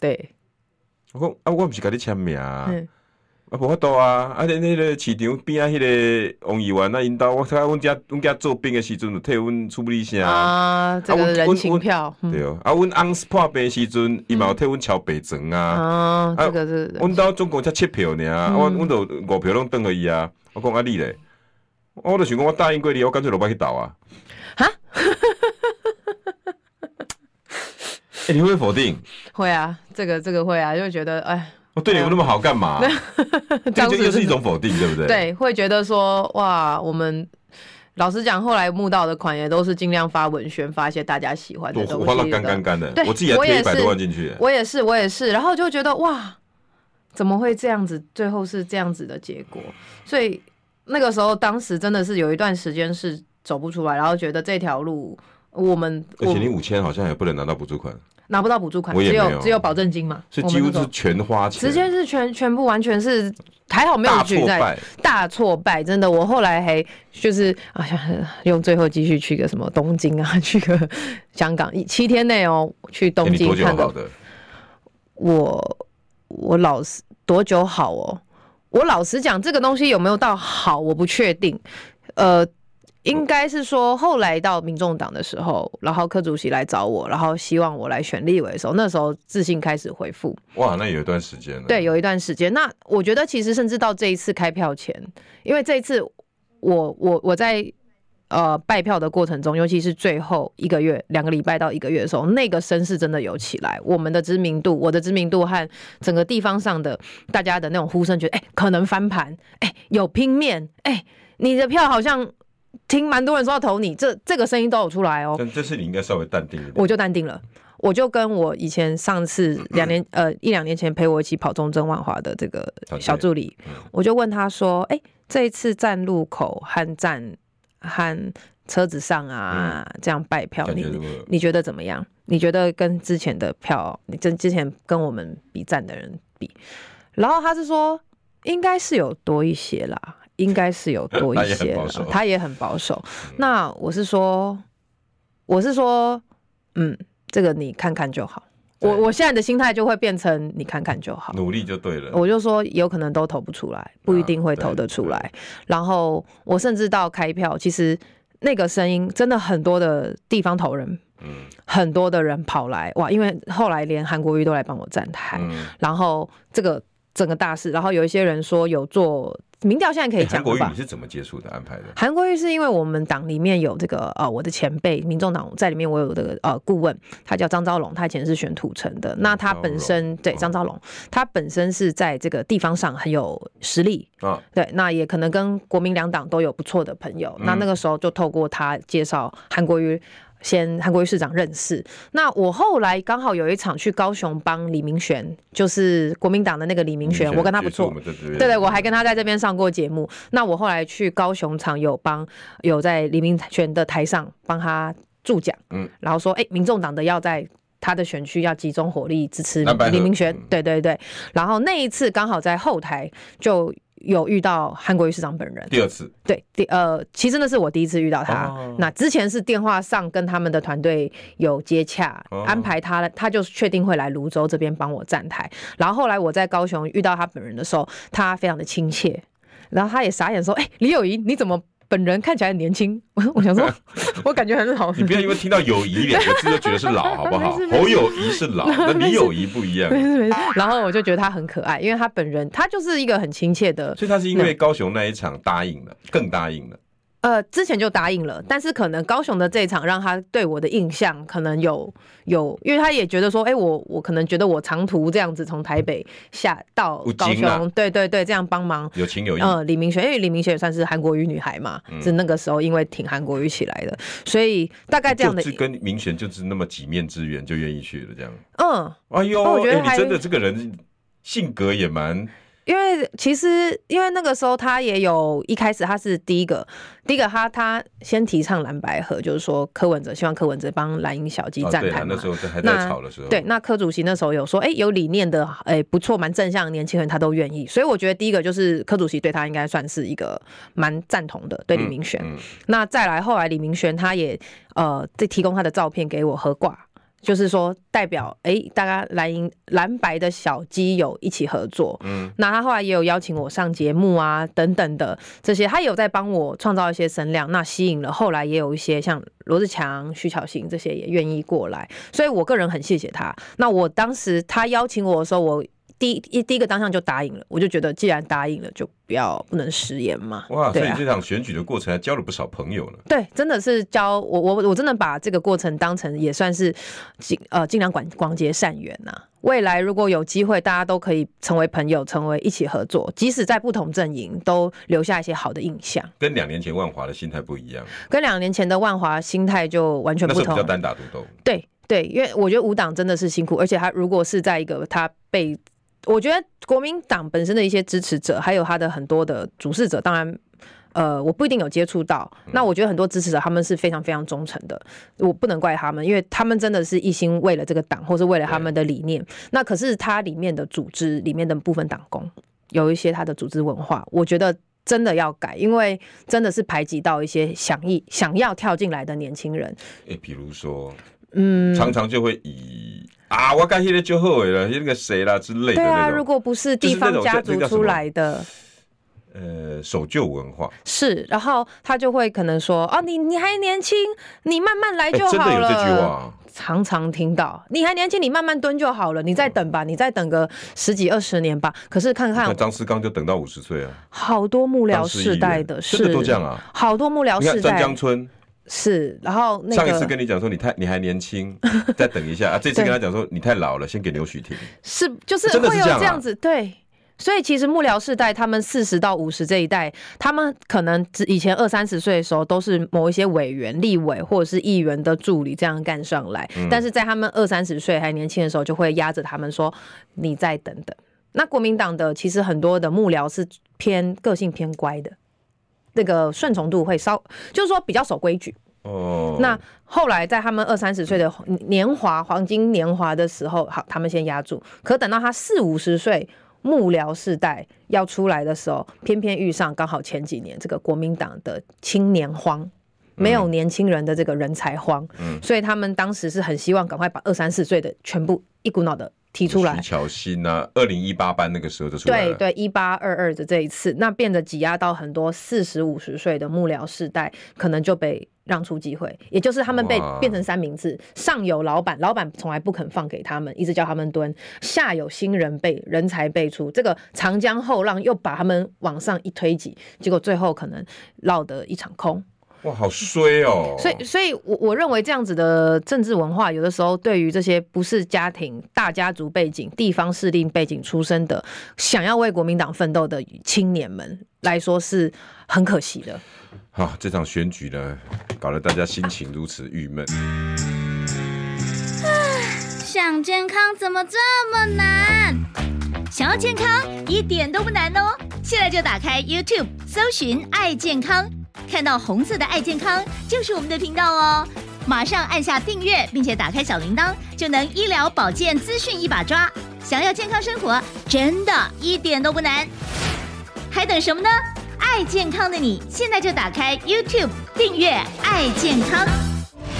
[SPEAKER 2] 对，
[SPEAKER 1] 我讲啊，我毋是甲你签名啊，
[SPEAKER 2] 嗯，
[SPEAKER 1] 啊无法度啊，啊恁迄个市场边啊，迄个王议员啊，因兜我看阮遮阮遮做兵的时阵，就替阮处理啥，
[SPEAKER 2] 啊，这
[SPEAKER 1] 我
[SPEAKER 2] 个人
[SPEAKER 1] 我
[SPEAKER 2] 情
[SPEAKER 1] 我
[SPEAKER 2] 票，嗯
[SPEAKER 1] 对哦，啊阮翁破病的时阵，伊嘛有替阮敲白砖啊，
[SPEAKER 2] 啊，
[SPEAKER 1] 啊
[SPEAKER 2] 这个是
[SPEAKER 1] 阮兜总共才七票尔，
[SPEAKER 2] 嗯
[SPEAKER 1] 啊阮阮就五票拢转互伊啊，我讲啊你咧，我就想讲我答应过你，我干脆落摆去投啊，
[SPEAKER 2] 哈，
[SPEAKER 1] 哎你会不会否定？
[SPEAKER 2] 会啊，这个这个会啊，就觉得哎，
[SPEAKER 1] 我对你有那么好干 嘛？这
[SPEAKER 2] 当
[SPEAKER 1] 就
[SPEAKER 2] 时
[SPEAKER 1] 又是一
[SPEAKER 2] 真的
[SPEAKER 1] 种否定，对不对？。
[SPEAKER 2] 对，会觉得说哇，我们。老实讲，后来募到的款也都是尽量发文宣，发一些大家喜欢的
[SPEAKER 1] 我
[SPEAKER 2] 东
[SPEAKER 1] 我花到
[SPEAKER 2] 西
[SPEAKER 1] 干干
[SPEAKER 2] 的。
[SPEAKER 1] 干的
[SPEAKER 2] 对，
[SPEAKER 1] 我自己还
[SPEAKER 2] 我
[SPEAKER 1] 贴
[SPEAKER 2] 也
[SPEAKER 1] 一百多
[SPEAKER 2] 是
[SPEAKER 1] 万进去。
[SPEAKER 2] 我也是，我也是，然后就觉得哇，怎么会这样子？最后是这样子的结果，所以那个时候，当时真的是有一段时间是走不出来，然后觉得这条路我们
[SPEAKER 1] 而
[SPEAKER 2] 我
[SPEAKER 1] 且你五千好像也不能拿到补助款，
[SPEAKER 2] 拿不到补助款，
[SPEAKER 1] 我也
[SPEAKER 2] 只
[SPEAKER 1] 没
[SPEAKER 2] 有
[SPEAKER 1] 有
[SPEAKER 2] 只有保证金嘛。
[SPEAKER 1] 所以
[SPEAKER 2] 我
[SPEAKER 1] 几
[SPEAKER 2] 们
[SPEAKER 1] 乎就
[SPEAKER 2] 那时候
[SPEAKER 1] 是全花钱，
[SPEAKER 2] 直接是全全部完全是还好没有
[SPEAKER 1] 大
[SPEAKER 2] 举
[SPEAKER 1] 挫
[SPEAKER 2] 在
[SPEAKER 1] 败。
[SPEAKER 2] 大挫败，真的，我后来还就是哎呀，用最后积蓄去个什么东京啊， 去个香港，一七天内哦，去
[SPEAKER 1] 哎
[SPEAKER 2] 东
[SPEAKER 1] 你
[SPEAKER 2] 京
[SPEAKER 1] 多久
[SPEAKER 2] 看
[SPEAKER 1] 好
[SPEAKER 2] 到
[SPEAKER 1] 的？
[SPEAKER 2] 我，我老实多久好哦？我老实讲，这个东西有没有到好，我不确定。呃，应该是说后来到民众党的时候，然后柯主席来找我，然后希望我来选立委的时候，那时候自信开始恢复。
[SPEAKER 1] 哇，那有一段时间了。
[SPEAKER 2] 对，有一段时间。那我觉得其实甚至到这一次开票前，因为这一次我我我在呃拜票的过程中，尤其是最后一个月两个礼拜到一个月的时候，那个声势真的有起来，我们的知名度，我的知名度和整个地方上的大家的那种呼声，觉得哎、可能翻盘，哎、有拼面，哎、你的票好像听蛮多人说要投你，这这个声音都有出来哦。
[SPEAKER 1] 但这次你应该稍微淡定一点。
[SPEAKER 2] 我就淡定了。我就跟我以前上次两年呃一两年前陪我一起跑中正万华的这个
[SPEAKER 1] 团队
[SPEAKER 2] 小助理，
[SPEAKER 1] 嗯
[SPEAKER 2] 我就问他说：“哎、这一次站路口和站和车子上啊，这样拜票，
[SPEAKER 1] 嗯感
[SPEAKER 2] 你
[SPEAKER 1] 觉如何
[SPEAKER 2] 你觉得怎么样？你觉得跟之前的票，你跟之前跟我们比站的人比？”然后他是说：“应该是有多一些啦，应该是有多
[SPEAKER 1] 他
[SPEAKER 2] 一
[SPEAKER 1] 也很
[SPEAKER 2] 些啦
[SPEAKER 1] 保守
[SPEAKER 2] 他也很保守。那我是说，我是说，嗯，这个你看看就好。我
[SPEAKER 1] 对
[SPEAKER 2] 我现在的心态就会变成你看看就好。
[SPEAKER 1] 努力就对了。
[SPEAKER 2] 我就说有可能都投不出来，不一定会投得出来。然后我甚至到开票，其实那个声音真的很多的地方投人，
[SPEAKER 1] 嗯
[SPEAKER 2] 很多的人跑来哇，因为后来连韩国瑜都来帮我站台，
[SPEAKER 1] 嗯，
[SPEAKER 2] 然后这个整个大事，然后有一些人说有做民调，现在可以
[SPEAKER 1] 哎韩
[SPEAKER 2] 讲
[SPEAKER 1] 国
[SPEAKER 2] 了
[SPEAKER 1] 瑜
[SPEAKER 2] 吧
[SPEAKER 1] 你？是怎么接触的？安排的？
[SPEAKER 2] 韩国瑜是因为我们党里面有这个呃，我的前辈，民众党在里面我有这个呃顾问，他叫张昭龙，他以前是选土城的。那他本身对
[SPEAKER 1] 哦
[SPEAKER 2] 张昭龙，他本身是在这个地方上很有实力，
[SPEAKER 1] 啊，
[SPEAKER 2] 对，那也可能跟国民两党都有不错的朋友。那那个时候就透过他介绍韩国瑜。先韩国瑜市长认识，那我后来刚好有一场去高雄帮李明玄，就是国民党的那个李明玄，我跟他不错，
[SPEAKER 1] 对
[SPEAKER 2] 对对，我还跟他在这边上过节目。那我后来去高雄场有帮有在黎明权的台上帮他助讲，嗯
[SPEAKER 1] 嗯，
[SPEAKER 2] 然后说，哎，民众党的要在。他的选区要集中火力支持
[SPEAKER 1] 蓝白合
[SPEAKER 2] 李明玄
[SPEAKER 1] 嗯，
[SPEAKER 2] 对对对。然后那一次刚好在后台就有遇到韩国瑜市长本人，
[SPEAKER 1] 第二次，
[SPEAKER 2] 对，第呃，其实那是我第一次遇到他。
[SPEAKER 1] 哦
[SPEAKER 2] 那之前是电话上跟他们的团队有接洽，
[SPEAKER 1] 哦
[SPEAKER 2] 安排他了，他就确定会来泸州这边帮我站台。然后后来我在高雄遇到他本人的时候，他非常的亲切，然后他也傻眼说：“哎、李友仪，你怎么本人看起来很年轻？” 我我 想说，我感觉很好。
[SPEAKER 1] 你不要因为听到友谊 两个字就觉得是 老，好不好
[SPEAKER 2] 没事？没事
[SPEAKER 1] 侯友谊是老，那李友谊不一样。
[SPEAKER 2] 没事没事。然后我就觉得他很可爱，因为他本人他就是一个很亲切的
[SPEAKER 1] 所以他是因为高雄那一场答应了，更答应了。
[SPEAKER 2] 呃，之前就答应了，但是可能高雄的这一场让他对我的印象可能有有，因为他也觉得说，哎、我我可能觉得我长途这样子从台北下到
[SPEAKER 1] 有
[SPEAKER 2] 高
[SPEAKER 1] 情
[SPEAKER 2] 雄，
[SPEAKER 1] 啊
[SPEAKER 2] 对对对，这样帮忙。
[SPEAKER 1] 有情有义，嗯
[SPEAKER 2] 呃，李明雪，因为李明雪也算是韩国语女孩嘛，是那个时候因为挺韩国语起来的，所以大概这样的
[SPEAKER 1] 就，是跟明显就是那么几面之缘，就愿意去了这样。
[SPEAKER 2] 嗯，
[SPEAKER 1] 哎呦，
[SPEAKER 2] 哦我觉得
[SPEAKER 1] 哎
[SPEAKER 2] 还
[SPEAKER 1] 你真的这个人性格也蛮
[SPEAKER 2] 因为其实，因为那个时候他也有一开始他是第一个，第一个他他先提倡蓝白合，就是说柯文哲希望柯文哲帮蓝营小鸡
[SPEAKER 1] 啊，
[SPEAKER 2] 站
[SPEAKER 1] 对
[SPEAKER 2] 台
[SPEAKER 1] 啊，
[SPEAKER 2] 嘛。
[SPEAKER 1] 那时候在还
[SPEAKER 2] 那
[SPEAKER 1] 在吵的时候，嗯
[SPEAKER 2] 对，，那柯主席那时候有说，哎、有理念的，哎、不错，蛮正向的年轻人，他都愿意。所以我觉得第一个就是柯主席对他应该算是一个蛮赞同的，对李明轩。
[SPEAKER 1] 嗯，
[SPEAKER 2] 那再来，后来李明轩他也呃，再提供他的照片给我合挂，就是说代表哎、大家蓝银蓝白的小鸡有一起合作。嗯，那他后来也有邀请我上节目啊，等等的这些，他也有在帮我创造一些声量，那吸引了后来也有一些像罗志强、徐巧芯这些也愿意过来，所以我个人很谢谢他。那我当时他邀请我的时候，我。第一第一个当下就答应了，我就觉得既然答应了，就不要不能食言嘛。
[SPEAKER 1] 嗯哇，
[SPEAKER 2] 对
[SPEAKER 1] 所以
[SPEAKER 2] 啊
[SPEAKER 1] 这场选举的过程还交了不少朋友呢。
[SPEAKER 2] 对，真的是教我我我真的把这个过程当成也算是尽呃尽量广广结善缘呐、未来如果有机会，大家都可以成为朋友，成为一起合作，即使在不同阵营，都留下一些好的印象。
[SPEAKER 1] 跟两年前万华的心态不一样，
[SPEAKER 2] 跟两年前的万华心态就完全
[SPEAKER 1] 那时候
[SPEAKER 2] 不
[SPEAKER 1] 比
[SPEAKER 2] 同
[SPEAKER 1] 较。单打独斗。
[SPEAKER 2] 对对，因为我觉得五党真的是辛苦，而且他如果是在一个他被，我觉得国民党本身的一些支持者，还有他的很多的主事者，当然呃，我不一定有接触到。那我觉得很多支持者他们是非常非常忠诚的，我不能怪他们，因为他们真的是一心为了这个党，或是为了他们的理念。那可是它里面的组织里面的部分党工，有一些它的组织文化，我觉得。真的要改，因为真的是排挤到一些想意想要跳进来的年轻人。
[SPEAKER 1] 诶，哎比如说，嗯，常常就会以啊，我干现在就后悔了，那个谁啦之类的
[SPEAKER 2] 对啊，
[SPEAKER 1] 那
[SPEAKER 2] 如
[SPEAKER 1] 种，
[SPEAKER 2] 果不是
[SPEAKER 1] 就
[SPEAKER 2] 地
[SPEAKER 1] 是那
[SPEAKER 2] 方
[SPEAKER 1] 种
[SPEAKER 2] 家
[SPEAKER 1] 叫
[SPEAKER 2] 族
[SPEAKER 1] 那叫什
[SPEAKER 2] 出
[SPEAKER 1] 么
[SPEAKER 2] 来的，
[SPEAKER 1] 呃，守旧文化，
[SPEAKER 2] 是，然后他就会可能说：“哦，你你还年轻，你慢慢来
[SPEAKER 1] 诶
[SPEAKER 2] 哎就好
[SPEAKER 1] 哎真
[SPEAKER 2] 了。
[SPEAKER 1] 的有这句话，啊
[SPEAKER 2] 常常听到，你还年轻，你慢慢蹲就好了，你再等吧，你再等个十几二十年吧。可是
[SPEAKER 1] 嗯
[SPEAKER 2] 看
[SPEAKER 1] 你
[SPEAKER 2] 看
[SPEAKER 1] 看张世刚就等到五十岁啊，
[SPEAKER 2] 好多幕僚
[SPEAKER 1] 当时
[SPEAKER 2] 世
[SPEAKER 1] 议
[SPEAKER 2] 代
[SPEAKER 1] 员
[SPEAKER 2] 的，
[SPEAKER 1] 真的
[SPEAKER 2] 是
[SPEAKER 1] 都这样啊
[SPEAKER 2] 好多幕僚
[SPEAKER 1] 你看
[SPEAKER 2] 世
[SPEAKER 1] 张
[SPEAKER 2] 代
[SPEAKER 1] 江春。
[SPEAKER 2] 是，然后哦那
[SPEAKER 1] 上
[SPEAKER 2] 个
[SPEAKER 1] 一次跟你讲说你太你还年 轻，再等一下啊！这次
[SPEAKER 2] 对
[SPEAKER 1] 跟他讲说你太老了，先给刘许婷。
[SPEAKER 2] 是就是
[SPEAKER 1] 真的
[SPEAKER 2] 会
[SPEAKER 1] 是
[SPEAKER 2] 有
[SPEAKER 1] 这样啊
[SPEAKER 2] 这样子，对。所以其实幕僚世代，他们四十到五十这一代，他们可能只以前二三十岁的时候都是某一些委员、立委或者是议员的助理这样干上来，
[SPEAKER 1] 嗯
[SPEAKER 2] 但是在他们二三十岁还年轻的时候，就会压着他们说：“你再等等。”那国民党的其实很多的幕僚是偏个性偏乖的，那个顺从度会稍，就是说比较守规矩。
[SPEAKER 1] 哦，
[SPEAKER 2] 那后来在他们二三十岁的年华、黄金年华的时候，好，他们先压住。可等到他四五十岁幕僚世代要出来的时候，偏偏遇上刚好前几年这个国民党的青年荒。没有年轻人的这个人才荒，所以他们当时是很希望赶快把二三十岁的全部一股脑的提出来
[SPEAKER 1] 徐，巧芯啊，二零一八班那个时候就出来
[SPEAKER 2] 对
[SPEAKER 1] 了。
[SPEAKER 2] 对，一八二二的这一次，那变得挤压到很多四十五十岁的幕僚世代，可能就被让出机会，也就是他们被
[SPEAKER 1] 哇
[SPEAKER 2] 变成三明治，上有老板，老板从来不肯放给他们，一直叫他们蹲；下有新人辈，人才辈出，这个长江后浪又把他们往上一推挤，结果最后可能落得一场空。
[SPEAKER 1] 哇，好衰哦！
[SPEAKER 2] 所以，所以我我认为这样子的政治文化，有的时候对于这些不是家庭、大家族背景、地方势力背景出身的，想要为国民党奋斗的青年们来说，是很可惜的。
[SPEAKER 1] 好、啊这场选举呢，搞得大家心情如此郁闷。
[SPEAKER 3] 想健康怎么这么难？想要健康一点都不难哦！现在就打开 YouTube 搜寻“爱健康”，看到红色的“爱健康”就是我们的频道哦。马上按下订阅，并且打开小铃铛，就能医疗保健资讯一把抓。想要健康生活，真的一点都不难，还等什么呢？爱健康的你，现在就打开 YouTube 订阅“爱健康”。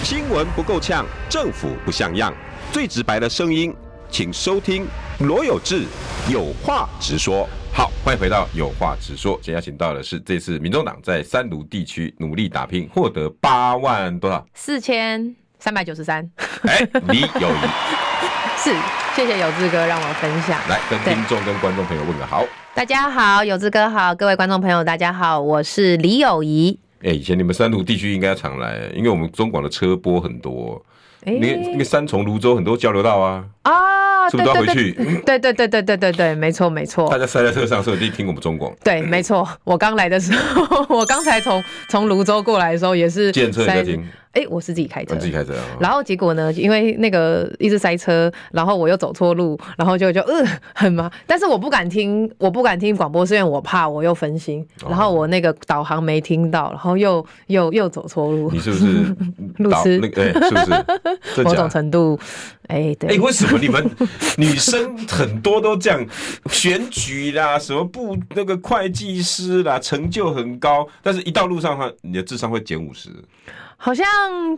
[SPEAKER 4] 新闻不够呛，政府不像样，最直白的声音，请收听罗有志有话直说。
[SPEAKER 1] 好，欢迎回到有话直说。今天邀请到的是这次民众党在三卢地区努力打拼，获得八万多 少？
[SPEAKER 2] 四千三百九十 三，
[SPEAKER 1] 哎，李友仪
[SPEAKER 2] 是谢谢有志哥让我分享。
[SPEAKER 1] 来跟
[SPEAKER 2] 对
[SPEAKER 1] 听众跟观众朋友问个好。
[SPEAKER 2] 大家好，有志哥好，各位观众朋友大家好，我是李友仪。
[SPEAKER 1] 哎，以前你们三卢地区应该要常来，因为我们中广的车播很多。
[SPEAKER 2] 哎
[SPEAKER 1] 那个那个三重、泸州很多交流道啊，
[SPEAKER 2] 啊，
[SPEAKER 1] 是
[SPEAKER 2] 对
[SPEAKER 1] 不是都要回
[SPEAKER 2] 对对，
[SPEAKER 1] 去？
[SPEAKER 2] 对对对对对对对，没错没错
[SPEAKER 4] 哦
[SPEAKER 1] 大。家塞在车上的时候就听我们中广，
[SPEAKER 2] 对，没错，我刚来的时候， 我刚才从从泸州过来的时候也是
[SPEAKER 1] 见车也在
[SPEAKER 2] 塞
[SPEAKER 1] 听，
[SPEAKER 2] 哎、我是自己开车
[SPEAKER 1] 我。自己开车啊。
[SPEAKER 2] 然后结果呢？因为那个一直塞车，然后我又走错路，然后就就呃很麻。但是我不敢听，我不敢听广播，是因为我怕我又分心，
[SPEAKER 1] 哦
[SPEAKER 2] 然后我那个导航没听到，然后又又又走错路
[SPEAKER 1] 你，是不是
[SPEAKER 2] 路
[SPEAKER 1] 导
[SPEAKER 2] 痴
[SPEAKER 1] 那个哎、是不 是？真
[SPEAKER 2] 某
[SPEAKER 1] 假
[SPEAKER 2] 种？程度，哎、
[SPEAKER 1] 哎、
[SPEAKER 2] 对，
[SPEAKER 1] 为什么你们女生很多都这样？选举啦，什么部那个会计师啦，成就很高，但是一到路上哈，你的智商会减五十。
[SPEAKER 2] 好像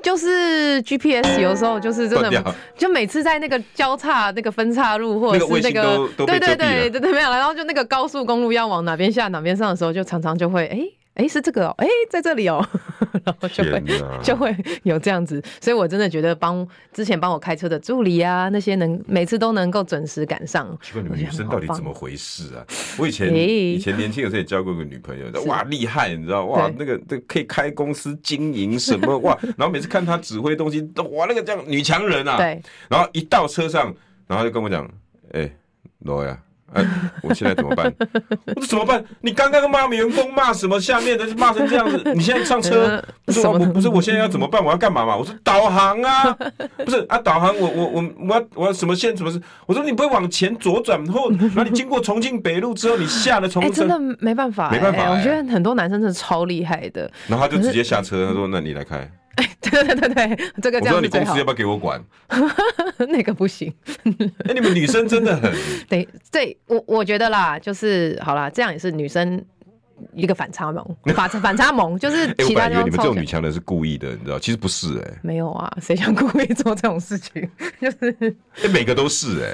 [SPEAKER 2] 就是 GPS 有时候就是真
[SPEAKER 1] 断掉
[SPEAKER 2] 的，就每次在那个交叉、那个分岔路或者是那
[SPEAKER 1] 那个卫
[SPEAKER 2] 个
[SPEAKER 1] 星，都都
[SPEAKER 2] 对
[SPEAKER 1] 被
[SPEAKER 2] 对
[SPEAKER 1] 遮蔽了
[SPEAKER 2] 对对对，没有，然后就那个高速公路要往哪边下哪边上的时候，就常常就会哎。哎，是这个哦，哎，在这里哦， 然后就会
[SPEAKER 1] 天哪
[SPEAKER 2] 就会有这样子，所以我真的觉得帮之前帮我开车的助理啊，那些能每次都能够准时赶上，
[SPEAKER 1] 奇怪，你
[SPEAKER 2] 我
[SPEAKER 1] 们
[SPEAKER 2] 觉
[SPEAKER 1] 女
[SPEAKER 2] 得
[SPEAKER 1] 生
[SPEAKER 2] 很
[SPEAKER 1] 到底
[SPEAKER 2] 棒
[SPEAKER 1] 怎么回事啊？我以前
[SPEAKER 2] 哎
[SPEAKER 1] 以前年轻的时候也交过一个女朋友，哇厉害，你知道哇
[SPEAKER 2] 对
[SPEAKER 1] 那个那个可以开公司经营什么哇，然后每次看她指挥东西，哇那个这样女强人啊，
[SPEAKER 2] 对，
[SPEAKER 1] 然后一到车上，然后就跟我讲，哎罗呀，哎，我现在怎么办？我说怎么办？你刚刚骂员工骂什么？下面的骂成这样子，你现在上车
[SPEAKER 2] 嗯，
[SPEAKER 1] 不是
[SPEAKER 2] 什么
[SPEAKER 1] 我不是我现在要怎么办？我要干嘛嘛？我说导航啊，不是啊，导航我我我我要我要什么线什么事？我说你不会往前左转后，然后你经过重庆北路之后，你下了重
[SPEAKER 2] 哎、
[SPEAKER 1] 庆
[SPEAKER 2] 真的没办法、哎
[SPEAKER 1] 没办法
[SPEAKER 2] 我
[SPEAKER 1] 哎
[SPEAKER 2] 觉得很多男生真的超厉害的。
[SPEAKER 1] 然后他就直接下车，他说那你来开，
[SPEAKER 2] 对对对对，这个
[SPEAKER 1] 我不
[SPEAKER 2] 这
[SPEAKER 1] 知道
[SPEAKER 2] 样
[SPEAKER 1] 你公
[SPEAKER 2] 是最好
[SPEAKER 1] 司要。不要给我管？
[SPEAKER 2] 那个 不行，
[SPEAKER 1] 哎，你们女生真的很
[SPEAKER 2] 对对，我我觉得啦，就是好啦，这样也是女生一个反 差萌，反差反差萌就是
[SPEAKER 1] 哎，我
[SPEAKER 2] 其
[SPEAKER 1] 本来
[SPEAKER 2] 他
[SPEAKER 1] 以为你们
[SPEAKER 2] 地方
[SPEAKER 1] 这
[SPEAKER 2] 超
[SPEAKER 1] 种
[SPEAKER 2] 强
[SPEAKER 1] 女强人是故意的，你知道，其实不是哎，
[SPEAKER 2] 没有啊，谁想故意做这种事情？ 就是
[SPEAKER 1] 哎，每个都是哎。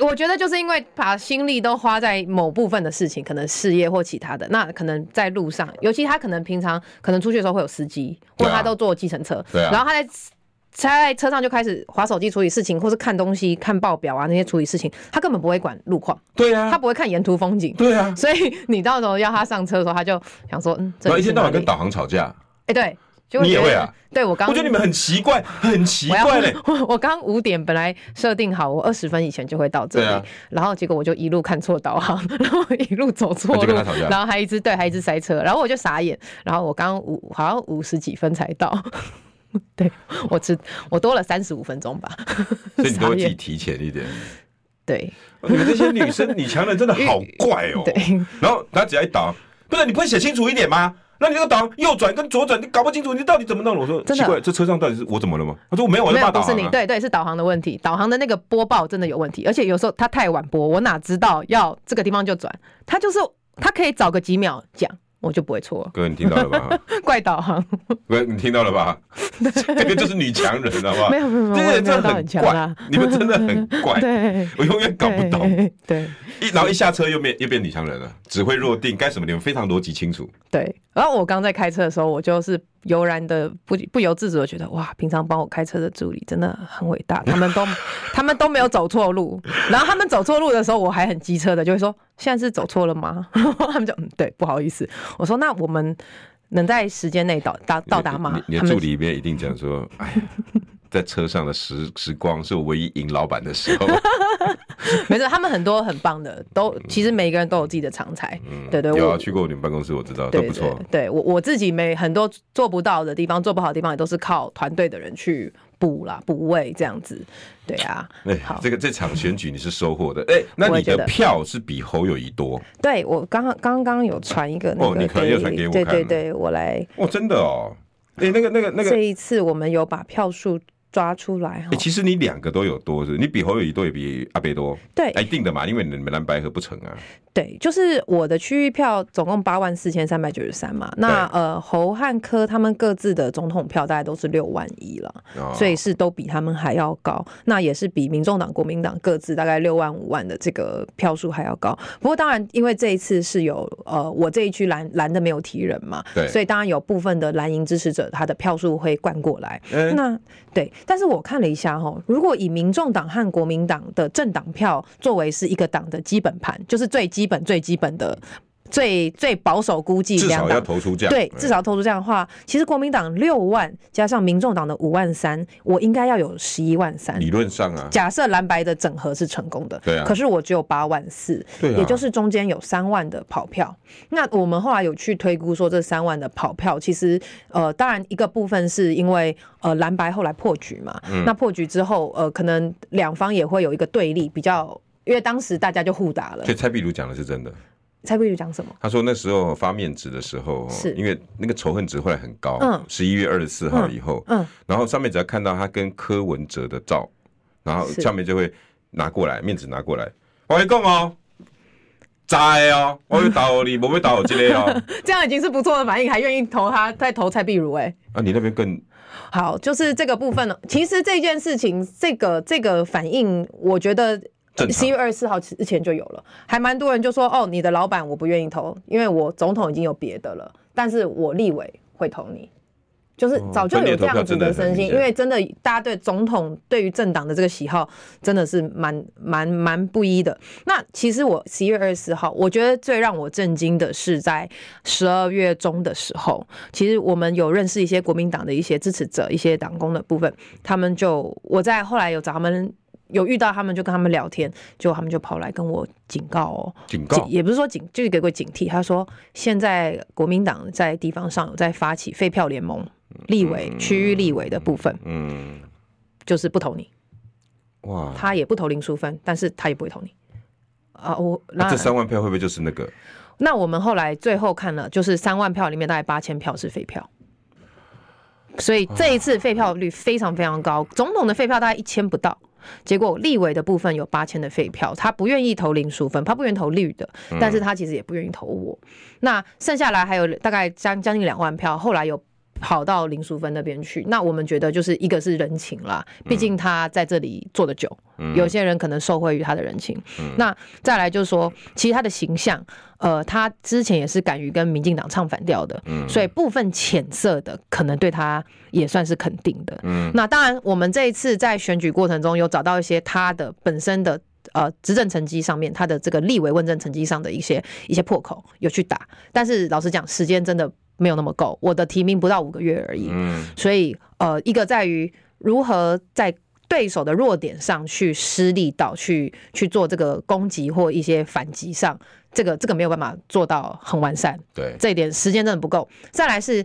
[SPEAKER 2] 我觉得就是因为把心力都花在某部分的事情，可能事业或其他的，那可能在路上，尤其他可能平常可能出去的时候会有司机，或
[SPEAKER 1] 对啊
[SPEAKER 2] 者他都坐计程车，
[SPEAKER 1] 对啊
[SPEAKER 2] 然后他在。他在车上就开始划手机处理事情，或是看东西、看报表啊那些处理事情，他根本不会管路况，
[SPEAKER 1] 对
[SPEAKER 2] 他
[SPEAKER 1] 啊，
[SPEAKER 2] 不会看沿途风景，
[SPEAKER 1] 对啊，
[SPEAKER 2] 所以你到时候要他上车的时候，他就想说，嗯，这
[SPEAKER 1] 然后
[SPEAKER 2] 里
[SPEAKER 1] 一
[SPEAKER 2] 是
[SPEAKER 1] 天到
[SPEAKER 2] 哪
[SPEAKER 1] 晚
[SPEAKER 2] 里？
[SPEAKER 1] 跟导航吵架，
[SPEAKER 2] 哎、对，结果
[SPEAKER 1] 你也
[SPEAKER 2] 觉得
[SPEAKER 1] 会啊？
[SPEAKER 2] 对我刚，
[SPEAKER 1] 我觉得你们很奇怪，很奇
[SPEAKER 2] 我要
[SPEAKER 1] 怪嘞。
[SPEAKER 2] 我我刚五点本来设定好，我二十分以前就会到这里，
[SPEAKER 1] 对啊
[SPEAKER 2] 然后结果我就一路看错导航，然后一路走错
[SPEAKER 1] 那就
[SPEAKER 2] 路
[SPEAKER 1] 跟他吵架，
[SPEAKER 2] 然后还一直对，还一直塞车，然后我就傻眼，然后我刚五好像五十几分才到。 对我只我多了三十五分钟吧，
[SPEAKER 1] 所以你都会
[SPEAKER 2] 傻
[SPEAKER 1] 自
[SPEAKER 2] 眼
[SPEAKER 1] 己提前一点。哦
[SPEAKER 2] 对
[SPEAKER 1] 你们这些女生女强人真的好怪哦。
[SPEAKER 2] 对，
[SPEAKER 1] 然后他只要一导，不是你不会写清楚一点吗？那你这个导右转跟左转，你搞不清楚，你到底怎么弄？我说
[SPEAKER 2] 真
[SPEAKER 1] 奇
[SPEAKER 2] 的
[SPEAKER 1] 怪，这车上到底是我怎么了吗？他说我没有，我
[SPEAKER 2] 没
[SPEAKER 1] 在
[SPEAKER 2] 有
[SPEAKER 1] 骂
[SPEAKER 2] 不
[SPEAKER 1] 导
[SPEAKER 2] 是
[SPEAKER 1] 航
[SPEAKER 2] 你，
[SPEAKER 1] 啊。
[SPEAKER 2] 对对是导航的问题，导航的那个播报真的有问题，而且有时候它太晚播，我哪知道要这个地方就转，它就是它可以找个几秒讲，我就不会 错，
[SPEAKER 1] 各位，你听到了 吧？
[SPEAKER 2] 怪导航。
[SPEAKER 1] 各位，你听到了 吧？这个就是女强人，好不好？
[SPEAKER 2] 没有没有没有
[SPEAKER 1] 这个
[SPEAKER 2] 我也没有
[SPEAKER 1] 真
[SPEAKER 2] 到
[SPEAKER 1] 的
[SPEAKER 2] 很
[SPEAKER 1] 很
[SPEAKER 2] 强
[SPEAKER 1] 怪
[SPEAKER 2] 啦，
[SPEAKER 1] 你们真的很怪，
[SPEAKER 2] 对，
[SPEAKER 1] 我永远搞不懂。
[SPEAKER 2] 对对
[SPEAKER 1] 一然后一下车又变又变女强人了，只会弱定，干什么你们非常逻辑清楚。
[SPEAKER 2] 对。然后我刚在开车的时候，我就是悠然的不不由自主的觉得，哇，平常帮我开车的助理真的很伟大，他 们都他们都没有走错路。然后他们走错路的时候，我还很机车的就会说，现在是走错了吗？ 然后他们就嗯，对，不好意思。我说那我们能在时间内到到到达吗？
[SPEAKER 1] 你你
[SPEAKER 2] 他
[SPEAKER 1] 的
[SPEAKER 2] 们
[SPEAKER 1] 助理里面一定讲说，哎呀。 在车上的时时光是我唯一赢老板的时候，
[SPEAKER 2] 没事，他们很多很棒的，都其实每个人都有自己的长才。 对对，
[SPEAKER 1] 有
[SPEAKER 2] 我
[SPEAKER 1] 啊，去过你们办公室，我知道都
[SPEAKER 2] 对
[SPEAKER 1] 不错。
[SPEAKER 2] 对对我我自己没很多做不到的地方，做不好的地方也都是靠团队的人去补啦、补位这样子。对啊，
[SPEAKER 1] 哎
[SPEAKER 2] 好，
[SPEAKER 1] 这个这场选举你是收获的，哎，那
[SPEAKER 2] 我
[SPEAKER 1] 你
[SPEAKER 2] 也觉
[SPEAKER 1] 的
[SPEAKER 2] 得
[SPEAKER 1] 票是比侯友谊多，
[SPEAKER 2] 对我刚刚刚刚有传一个那
[SPEAKER 1] 哦
[SPEAKER 2] 个
[SPEAKER 1] 你可能又传给我
[SPEAKER 2] 对
[SPEAKER 1] 看
[SPEAKER 2] 对对，我来、
[SPEAKER 1] 哇，真的哦，哎，那个那个那个
[SPEAKER 2] 这，一次我们有把票数抓出来哈
[SPEAKER 1] 哎，，其实你两个都有多，是不是你比侯友谊多，也比阿贝多，
[SPEAKER 2] 对
[SPEAKER 1] 哎，一定的嘛，因为你们蓝白合不成啊，
[SPEAKER 2] 对，就是我的区域票总共八万四千三百九十三嘛，那呃侯汉科他们各自的总统票大概都是六万一了。
[SPEAKER 1] 哦
[SPEAKER 2] 所以是都比他们还要高，那也是比民众党、国民党各自大概六万五万的这个票数还要高。不过当然，因为这一次是有呃，我这一区蓝蓝的没有提人嘛，
[SPEAKER 1] 对
[SPEAKER 2] 所以当然有部分的蓝营支持者他的票数会灌过来。
[SPEAKER 1] 哎
[SPEAKER 2] 那对，但是我看了一下哈、如果以民众党和国民党的政党票作为是一个党的基本盘，就是最基本最基本的。最最保守估计，
[SPEAKER 1] 至
[SPEAKER 2] 两
[SPEAKER 1] 少要
[SPEAKER 2] 党
[SPEAKER 1] 投出这样，
[SPEAKER 2] 对
[SPEAKER 1] 哎，
[SPEAKER 2] 至少投出这样的话，其实国民党六万加上民众党的五万三，我应该要有十一万三。
[SPEAKER 1] 理论上啊，
[SPEAKER 2] 假设蓝白的整合是成功的，
[SPEAKER 1] 对啊
[SPEAKER 2] 可是我只有八万四、
[SPEAKER 1] 对啊
[SPEAKER 2] 也就是中间有三万的跑票。那我们后来有去推估说，这三万的跑票其实，呃，当然一个部分是因为呃蓝白后来破局嘛，
[SPEAKER 1] 嗯
[SPEAKER 2] 那破局之后，呃，可能两方也会有一个对立，比较因为当时大家就互打了
[SPEAKER 1] 所。以蔡壁如讲的是真的。
[SPEAKER 2] 蔡碧如讲什么？
[SPEAKER 1] 他说那时候发面值的时候，
[SPEAKER 2] 是
[SPEAKER 1] 因为那个仇恨值后来很高，
[SPEAKER 2] 嗯
[SPEAKER 1] 十一月二十四号以后，
[SPEAKER 2] 嗯，
[SPEAKER 1] 然后上面只要看到他跟柯文哲的照，然后
[SPEAKER 2] 是
[SPEAKER 1] 下面就会拿过来面子拿过来，我跟你讲哦，渣的哦，我会打我你，我会打我之类 哦，
[SPEAKER 2] 这样已经是不错的反应，还愿意投他，再投蔡碧如、哎。
[SPEAKER 1] 啊，你那边更
[SPEAKER 2] 好，就是这个部分呢。其实这件事情，这个这个反应，我觉得
[SPEAKER 1] 正
[SPEAKER 2] 十
[SPEAKER 1] 常
[SPEAKER 2] 一月二十四号之前就有了，还蛮多人就说：“哦，你的老板我不愿意投，因为我总统已经有别的了，但是我立委会投你。”就是早就
[SPEAKER 1] 哦分裂
[SPEAKER 2] 有
[SPEAKER 1] 投
[SPEAKER 2] 这
[SPEAKER 1] 票
[SPEAKER 2] 样子
[SPEAKER 1] 真的
[SPEAKER 2] 的
[SPEAKER 1] 很
[SPEAKER 2] 声
[SPEAKER 1] 明
[SPEAKER 2] 音，
[SPEAKER 1] 显
[SPEAKER 2] 因为真的大家对总统对于政党的这个喜好真的是蛮蛮蛮不一的。那其实我十一月二十四号，我觉得最让我震惊的是在十二月中的时候，其实我们有认识一些国民党的一些支持者、一些党工的部分，他们就我在后来有找他们。有遇到他们就跟他们聊天，结果他们就跑来跟我警告哦，
[SPEAKER 1] 警告
[SPEAKER 2] 警也不是说警，就是给我警惕。他说现在国民党在地方上有在发起废票联盟，立委、区域立委的部分
[SPEAKER 1] 嗯，
[SPEAKER 2] 就是不投你，
[SPEAKER 1] 哇，
[SPEAKER 2] 他也不投林淑芬，但是他也不会投你。啊，我那、
[SPEAKER 1] 那这三万票会不会就是那个？
[SPEAKER 2] 那我们后来最后看了，就是三万票里面大概八千票是废票，所以这一次废票率非常非常高，总统的废票大概一千不到。结果立委的部分有八千的废票，他不愿意投林淑芬，他不愿意投绿的，但是他其实也不愿意投我。那剩下来还有大概将将近两万票，后来有跑到林淑芬那边去。那我们觉得就是一个是人情啦，毕竟他在这里做的久，有些人可能受惠于他的人情。那再来就是说，其实他的形象，呃，他之前也是敢于跟民进党唱反调
[SPEAKER 1] 嗯
[SPEAKER 2] 的，所以部分浅色的可能对他也算是肯定的。那当然，我们这一次在选举过程中有找到一些他的本身的。呃，执政成绩上面，他的这个立委问政成绩上的一些一些破口有去打，但是老实讲，时间真的没有那么够，我的提名不到五个月而已，
[SPEAKER 1] 嗯，
[SPEAKER 2] 所以呃，一个在于如何在对手的弱点上去施力道，去去做这个攻击或一些反击上，这个这个没有办法做到很完善，
[SPEAKER 1] 对，
[SPEAKER 2] 这一点时间真的不够。再来是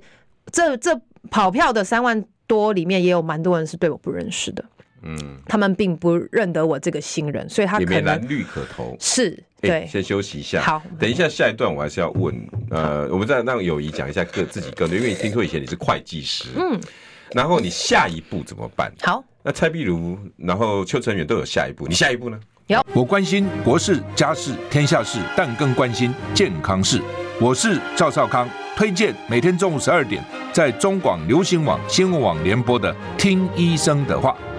[SPEAKER 2] 这这跑票的三万多里面，也有蛮多人是对我不认识的，
[SPEAKER 1] 嗯，
[SPEAKER 2] 他们并不认得我这个新人，所以他
[SPEAKER 1] 也没
[SPEAKER 2] 可
[SPEAKER 1] 蓝
[SPEAKER 2] 能
[SPEAKER 1] 绿可投。
[SPEAKER 2] 是
[SPEAKER 1] 哎
[SPEAKER 2] 对。
[SPEAKER 1] 先休息一下。
[SPEAKER 2] 好
[SPEAKER 1] 等一下下一段我还是要问，呃，我们再让友谊讲一下个自己个人，因为听说以前你是会计师，嗯，然后你下一步怎么办？
[SPEAKER 2] 好，
[SPEAKER 1] 那蔡壁如，然后邱成远都有下一步，你下一步呢？
[SPEAKER 5] 我关心国事、家事、天下事，但更关心健康事。我是赵少康，推荐每天中午十二点在中广流行网、新闻网联播的《听医生的话》。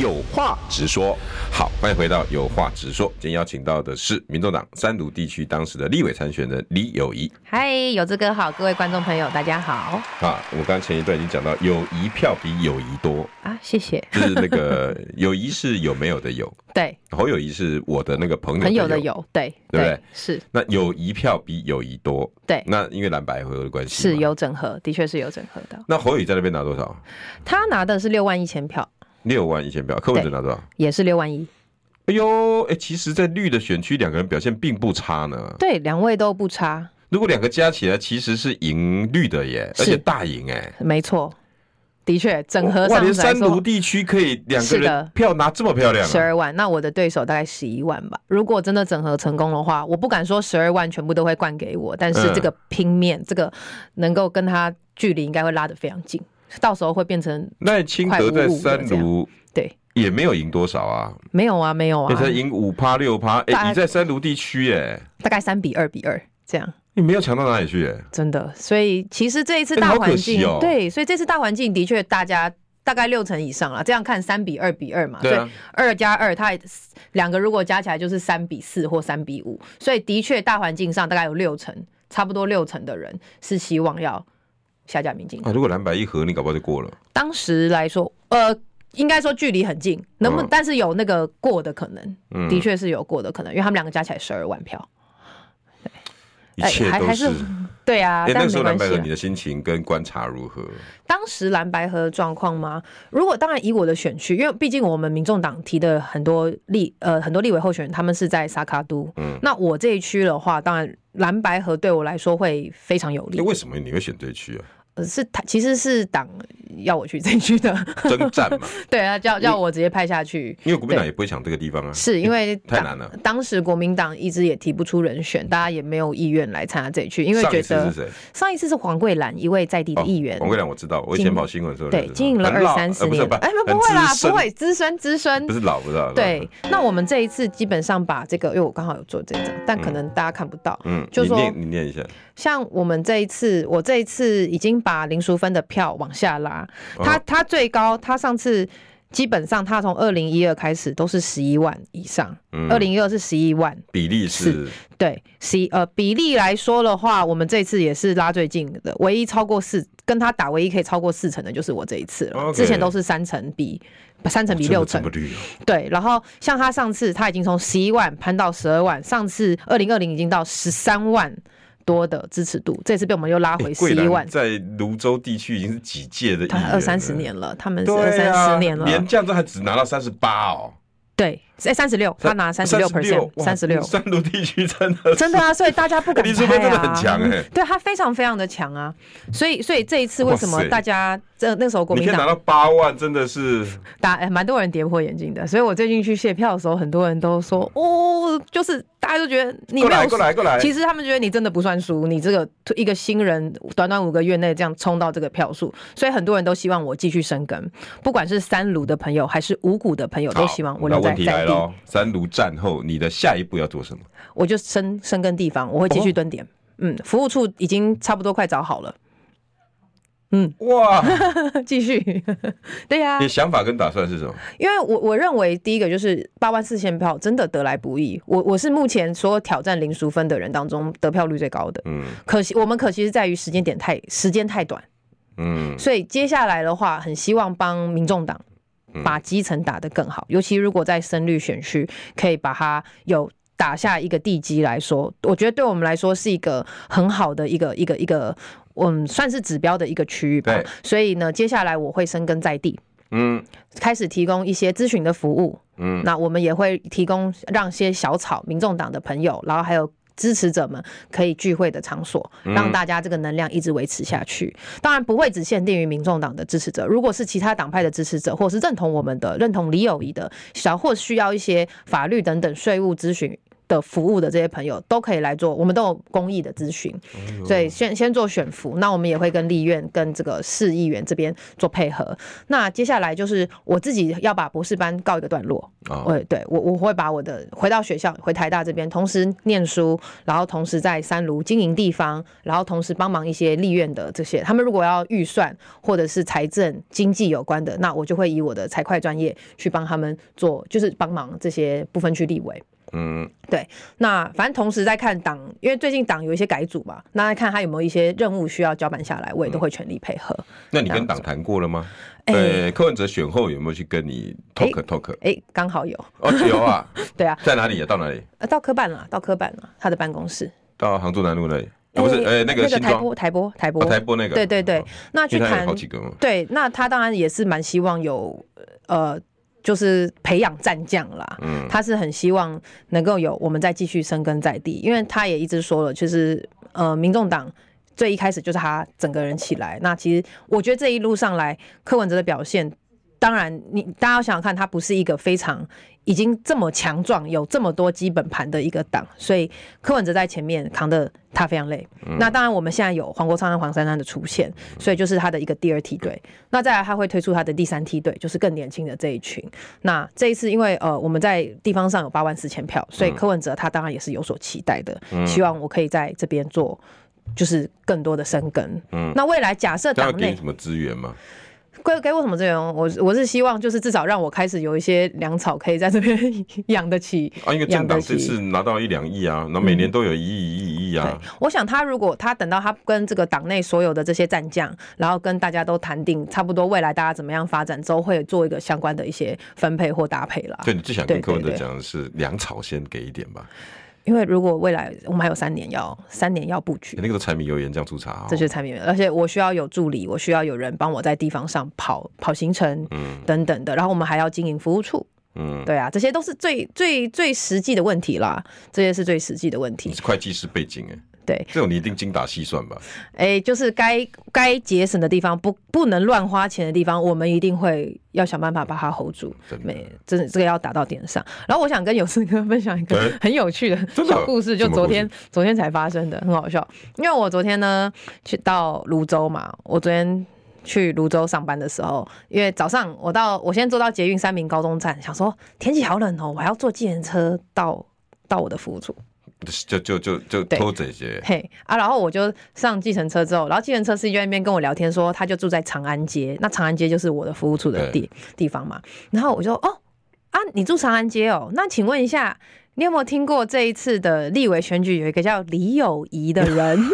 [SPEAKER 4] 有话直说。
[SPEAKER 1] 好，欢迎回到有话直说。今天邀请到的是民众党三卢地区当时的立委参选人李友谊
[SPEAKER 2] 嗨，有志哥好，各位观众朋友大家好
[SPEAKER 1] 啊。我们刚刚前一段已经讲到，友谊票比友谊多，
[SPEAKER 2] 啊，谢谢。
[SPEAKER 1] 就是那个友谊是有没有的友，
[SPEAKER 2] 对，
[SPEAKER 1] 侯友谊是我的那个朋友
[SPEAKER 2] 朋友
[SPEAKER 1] 的
[SPEAKER 2] 的。有，对
[SPEAKER 1] 对不对
[SPEAKER 2] 是，
[SPEAKER 1] 那友谊票比友谊多，
[SPEAKER 2] 对
[SPEAKER 1] 那因为蓝白合的关系嘛
[SPEAKER 2] 是。有整合，的确是有整合的。
[SPEAKER 1] 那侯友谊在那边拿多少？
[SPEAKER 2] 他拿的是六万一千票，
[SPEAKER 1] 六万一千票，柯文哲拿多少？
[SPEAKER 2] 也是六万一。
[SPEAKER 1] 哎呦，哎，其实，在绿的选区，两个人表现并不差呢。
[SPEAKER 2] 对，两位都不差，
[SPEAKER 1] 如果两个加起来，其实是赢绿的耶，
[SPEAKER 2] 是
[SPEAKER 1] 而且大赢哎。
[SPEAKER 2] 没错，的确整合
[SPEAKER 1] 哇，
[SPEAKER 2] 上
[SPEAKER 1] 连
[SPEAKER 2] 来
[SPEAKER 1] 三卢
[SPEAKER 2] 说。
[SPEAKER 1] 地区可以两个
[SPEAKER 2] 是
[SPEAKER 1] 人
[SPEAKER 2] 的
[SPEAKER 1] 票拿这么漂亮、
[SPEAKER 2] 十
[SPEAKER 1] 啊，
[SPEAKER 2] 二万，那我的对手大概十一万吧。如果真的整合成功的话，我不敢说十二万全部都会灌给我，但是
[SPEAKER 1] 嗯
[SPEAKER 2] 这个拼面，这个能够跟他距离应该会拉得非常近，到时候会变成
[SPEAKER 1] 赖清德在三
[SPEAKER 2] 快五
[SPEAKER 1] 卢
[SPEAKER 2] 对，
[SPEAKER 1] 也没有赢多少啊，
[SPEAKER 2] 没有啊，没有
[SPEAKER 1] 也
[SPEAKER 2] 啊
[SPEAKER 1] 才，赢五趴六趴。哎、
[SPEAKER 2] 大概
[SPEAKER 1] 你在三卢地区耶，
[SPEAKER 2] 大概三比二比二这样。
[SPEAKER 1] 你没有强到哪里去耶。
[SPEAKER 2] 真的，所以其实这一次
[SPEAKER 1] 哎
[SPEAKER 2] 大
[SPEAKER 1] 好可
[SPEAKER 2] 环
[SPEAKER 1] 惜
[SPEAKER 2] 境，
[SPEAKER 1] 哦
[SPEAKER 2] 对，所以这次大环境的确大家大概六成以上了。这样看三比二比二嘛，
[SPEAKER 1] 对啊
[SPEAKER 2] 二加二，它也两个如果加起来就是三比四或三比五，所以的确大环境上大概有六成，差不多六成的人是希望要下架民进党。
[SPEAKER 1] 啊，如果蓝白一合，你搞不好就过了。
[SPEAKER 2] 当时来说，呃，应该说距离很近，能不？
[SPEAKER 1] 嗯
[SPEAKER 2] 但是有那个过的可能，
[SPEAKER 1] 嗯
[SPEAKER 2] 的确是有过的可能，因为他们两个加起来十二万票，
[SPEAKER 1] 一切
[SPEAKER 2] 哎还
[SPEAKER 1] 都
[SPEAKER 2] 还
[SPEAKER 1] 是。
[SPEAKER 2] 是对啊，
[SPEAKER 1] 哎、那
[SPEAKER 2] 但
[SPEAKER 1] 个时
[SPEAKER 2] 没
[SPEAKER 1] 候蓝
[SPEAKER 2] 关
[SPEAKER 1] 白
[SPEAKER 2] 系
[SPEAKER 1] 合，
[SPEAKER 2] 啊
[SPEAKER 1] 你。的心情跟观察如何？
[SPEAKER 2] 当时蓝白合的状况吗？如果当然以我的选区，因为毕竟我们民众党提的很多立呃很多立委候选人，他们是在沙卡都，
[SPEAKER 1] 嗯
[SPEAKER 2] 那我这一区的话，当然蓝白合对我来说会非常有
[SPEAKER 1] 哎、
[SPEAKER 2] 利。
[SPEAKER 1] 为什么你会选这区啊？
[SPEAKER 2] 呃是他其实是党要我去 这一区的，
[SPEAKER 1] 征战嘛，
[SPEAKER 2] 对啊，叫叫我直接派下去，
[SPEAKER 1] 因为国民党
[SPEAKER 2] 对
[SPEAKER 1] 也不会抢这个地方啊。
[SPEAKER 2] 是因为
[SPEAKER 1] 太
[SPEAKER 2] 党
[SPEAKER 1] 难了。
[SPEAKER 2] 当时国民党一直也提不出人选，大家也没有意愿来参加这一区，因为
[SPEAKER 1] 上一
[SPEAKER 2] 觉
[SPEAKER 1] 次是
[SPEAKER 2] 得
[SPEAKER 1] 谁？
[SPEAKER 2] 上一次是黄桂兰一位在地的
[SPEAKER 1] 哦
[SPEAKER 2] 议员，
[SPEAKER 1] 黄桂良我知道，我以前跑新闻的时候认
[SPEAKER 2] 对
[SPEAKER 1] 识，他
[SPEAKER 2] 经营了
[SPEAKER 1] 很
[SPEAKER 2] 二
[SPEAKER 1] 老
[SPEAKER 2] 三十
[SPEAKER 1] 呃不是
[SPEAKER 2] 年，
[SPEAKER 1] 不
[SPEAKER 2] 哎，
[SPEAKER 1] 很
[SPEAKER 2] 不会啦
[SPEAKER 1] 资，深
[SPEAKER 2] 不会，资深资深
[SPEAKER 1] 不。是老不知道。
[SPEAKER 2] 对，那我们这一次基本上把这个，因为我刚好有做这张，但可能大家看不到。
[SPEAKER 1] 嗯，
[SPEAKER 2] 就
[SPEAKER 1] 你
[SPEAKER 2] 说
[SPEAKER 1] 念你念一下，
[SPEAKER 2] 像我们这一次，我
[SPEAKER 1] 哦
[SPEAKER 2] 这一次已经把林淑芬的票往下拉，她她最高，她上次基本上它从二零一二开始都是十一万以上，
[SPEAKER 1] 嗯
[SPEAKER 2] 二零一二是十一万，
[SPEAKER 1] 比例是
[SPEAKER 2] 对，十一呃比例来说的话，我们这次也是拉最近的，唯一超过四跟他打，唯一可以超过四成的就是我这一次了
[SPEAKER 1] OK
[SPEAKER 2] 之前都是三成比三成比六成
[SPEAKER 1] 这么，绿哦，
[SPEAKER 2] 对，然后像他上次他已经从十一万攀到十二万，上次二零二零已经到十三万多的支持度，这次被我们又拉
[SPEAKER 1] 哎
[SPEAKER 2] 回
[SPEAKER 1] 桂
[SPEAKER 2] 十一
[SPEAKER 1] 兰
[SPEAKER 2] 万，
[SPEAKER 1] 在泸州地区已经是几届的议
[SPEAKER 2] 他
[SPEAKER 1] 员了，
[SPEAKER 2] 二三十年了，他们是二
[SPEAKER 1] 对
[SPEAKER 2] 三
[SPEAKER 1] 啊，
[SPEAKER 2] 十年了，
[SPEAKER 1] 连这样都还只拿到三十八哦，
[SPEAKER 2] 对，哎三十六，他拿三十六 percent，三十六。
[SPEAKER 1] 三卢地区真的
[SPEAKER 2] 真的啊，所以大家不 敢
[SPEAKER 1] 林
[SPEAKER 2] 拍
[SPEAKER 1] 淑
[SPEAKER 2] 啊。
[SPEAKER 1] 芬真的很强哎
[SPEAKER 2] 对他非常非常的强啊，所以所以这一次为什
[SPEAKER 1] 哇
[SPEAKER 2] 么
[SPEAKER 1] 塞
[SPEAKER 2] 大家这那时候国
[SPEAKER 1] 你
[SPEAKER 2] 民
[SPEAKER 1] 可以拿
[SPEAKER 2] 党
[SPEAKER 1] 到八万，真的是
[SPEAKER 2] 打哎蛮多人跌破眼镜的，所以我最近去卸票的时候，很多人都说哦，就是大家都觉得你
[SPEAKER 1] 过
[SPEAKER 2] 没
[SPEAKER 1] 来
[SPEAKER 2] 有
[SPEAKER 1] 过来过来，
[SPEAKER 2] 其实他们觉得你真的不算输，你这个一个新人短短五个月内这样冲到这个票数，所以很多人都希望我继续生根，不管是三卢的朋友还是五股的朋友，
[SPEAKER 1] 好
[SPEAKER 2] 都希望我
[SPEAKER 1] 那
[SPEAKER 2] 留在
[SPEAKER 1] 问题来
[SPEAKER 2] 在地，
[SPEAKER 1] 了，三卢战后你的下一步要做什么？
[SPEAKER 2] 我就生生根地方，我会继
[SPEAKER 1] 哦
[SPEAKER 2] 续蹲点。嗯，服务处已经差不多快找好了，
[SPEAKER 1] 哇，
[SPEAKER 2] 继续。 对呀、
[SPEAKER 1] 你的想法跟打算是什么？
[SPEAKER 2] 因为我我认为第一个就是八万四千票真的得来不易，我我是目前所有挑战林淑芬的人当中得票率最高的。
[SPEAKER 1] 嗯
[SPEAKER 2] 可惜我们可惜是在于时间点太时间太短。
[SPEAKER 1] 嗯，
[SPEAKER 2] 所以接下来的话，很希望帮民众党
[SPEAKER 1] 嗯
[SPEAKER 2] 把基层打得更好，尤其如果在深绿选区可以把它有。打下一个地基来说，我觉得对我们来说是一个很好的一个一个一个，嗯，算是指标的一个区域吧
[SPEAKER 1] 对。
[SPEAKER 2] 所以呢，接下来我会深耕在地，
[SPEAKER 1] 嗯
[SPEAKER 2] 开始提供一些咨询的服务。
[SPEAKER 1] 嗯，
[SPEAKER 2] 那我们也会提供让些小草、民众党的朋友，然后还有。支持者们可以聚会的场所，让大家这个能量一直维持下去。当然不会只限定于民众党的支持者，如果是其他党派的支持者，或是认同我们的、认同李友仪的，小或需要一些法律等等税务咨询的服务的这些朋友，都可以来做。我们都有公益的咨询，所以先先做选服，那我们也会跟立院、跟这个市议员这边做配合。那接下来就是我自己要把博士班告一个段落，
[SPEAKER 1] 哦
[SPEAKER 2] 我对我我会把我的回到学校，回台大这边，同时念书，然后同时在三卢经营地方，然后同时帮忙一些立院的这些，他们如果要预算或者是财政、经济有关的，那我就会以我的财会专业去帮他们做，就是帮忙这些部分区立委。
[SPEAKER 1] 嗯，
[SPEAKER 2] 对，那反正同时在看党，因为最近党有一些改组嘛，那看他有没有一些任务需要交办下来，我也
[SPEAKER 1] 嗯
[SPEAKER 2] 都会全力配合。
[SPEAKER 1] 那你跟党谈过了吗？
[SPEAKER 2] 哎
[SPEAKER 1] 对，柯文哲选后有没有去跟你 talk talk？
[SPEAKER 2] 哎、刚好有，
[SPEAKER 1] 哦，有 啊，
[SPEAKER 2] 对啊，
[SPEAKER 1] 在哪里啊？到哪里？
[SPEAKER 2] 呃到科办了，到科办了，他的办公室。
[SPEAKER 1] 到杭州南路那里？啊不是，
[SPEAKER 2] 哎
[SPEAKER 1] 呃，那个
[SPEAKER 2] 那个
[SPEAKER 1] 新
[SPEAKER 2] 台
[SPEAKER 1] 庄
[SPEAKER 2] 波台波台波、
[SPEAKER 1] 哦台波那个
[SPEAKER 2] 对对对，
[SPEAKER 1] 哦
[SPEAKER 2] 那去
[SPEAKER 1] 因为他
[SPEAKER 2] 谈
[SPEAKER 1] 有好几个嘛。嗯
[SPEAKER 2] 对，那他当然也是蛮希望有呃，就是培养战将啦。
[SPEAKER 1] 嗯
[SPEAKER 2] 他是很希望能够有我们再继续生根在地，因为他也一直说了，就是呃，民众党。最一开始就是他整个人起来，那其实我觉得这一路上来，柯文哲的表现，当然你大家要想想看，他不是一个非常已经这么强壮、有这么多基本盘的一个党，所以柯文哲在前面扛的他非常累。那当然我们现在有黄国昌和黄珊珊的出现，所以就是他的一个第二梯队。那再来他会推出他的第三梯队，就是更年轻的这一群。那这一次，因为呃我们在地方上有八万四千票，所以柯文哲他当然也是有所期待的，希望我可以在这边做就是更多的深耕。那未来假设
[SPEAKER 1] 他要
[SPEAKER 2] 党
[SPEAKER 1] 给
[SPEAKER 2] 内
[SPEAKER 1] 你什么资源吗？
[SPEAKER 2] 给给我什么资源哦？我我是希望就是至少让我开始有一些粮草可以在这边 养得起，
[SPEAKER 1] 啊，因为
[SPEAKER 2] 养
[SPEAKER 1] 政
[SPEAKER 2] 得
[SPEAKER 1] 党
[SPEAKER 2] 起。嗯
[SPEAKER 1] 这次拿到一两亿啊，那每年都有一亿一亿一亿
[SPEAKER 2] 对
[SPEAKER 1] 啊，，
[SPEAKER 2] 我想他如果他等到他跟这个党内所有的这些战将，然后跟大家都谈定差不多未来大家怎么样发展之后，会做一个相关的一些分配或搭配啦。
[SPEAKER 1] 所以你最想跟
[SPEAKER 2] 对
[SPEAKER 1] 柯文哲
[SPEAKER 2] 对对
[SPEAKER 1] 讲的是粮草先给一点吧，
[SPEAKER 2] 因为如果未来我们还有三年要三年要布局
[SPEAKER 1] 你，那个时候柴米油盐酱醋茶哦，
[SPEAKER 2] 这就是产品员，而且我需要有助理，我需要有人帮我在地方上跑跑行程，等等的。然后我们还要经营服务处，
[SPEAKER 1] 嗯，
[SPEAKER 2] 对啊，这些都是最最最实际的问题啦，这些是最实际的问
[SPEAKER 1] 你
[SPEAKER 2] 题
[SPEAKER 1] 是。会计师背景哎，
[SPEAKER 2] 对，
[SPEAKER 1] 这种你一定精打细算吧？
[SPEAKER 2] 哎，就是该该节省的地方，不不能乱花钱的地方，我们一定会要想办法把它 hold 住
[SPEAKER 1] 真。的
[SPEAKER 2] 没，真的这个要打到点上。然后我想跟有志哥 分享一个
[SPEAKER 1] 哎
[SPEAKER 2] 很有趣的
[SPEAKER 1] 真的
[SPEAKER 2] 小故事，就
[SPEAKER 1] 什么
[SPEAKER 2] 昨
[SPEAKER 1] 故事
[SPEAKER 2] 天昨天才发生的，很好笑。因为我昨天呢去到泸州嘛，我昨天。去泸州上班的时候，因为早上我到我先坐到捷运三明高中站，想说天气好冷哦，我还要坐计程车到到我的服务处。
[SPEAKER 1] 就就就就
[SPEAKER 2] 对
[SPEAKER 1] 偷这些，
[SPEAKER 2] 嘿啊，然后我就上计程车之后，然后计程车司机就在那边跟我聊天说，他就住在长安街，那长安街就是我的服务处的地地方嘛。然后我就哦啊，你住长安街哦，那请问一下，你有没有听过这一次的立委选举有一个叫李友仪的人？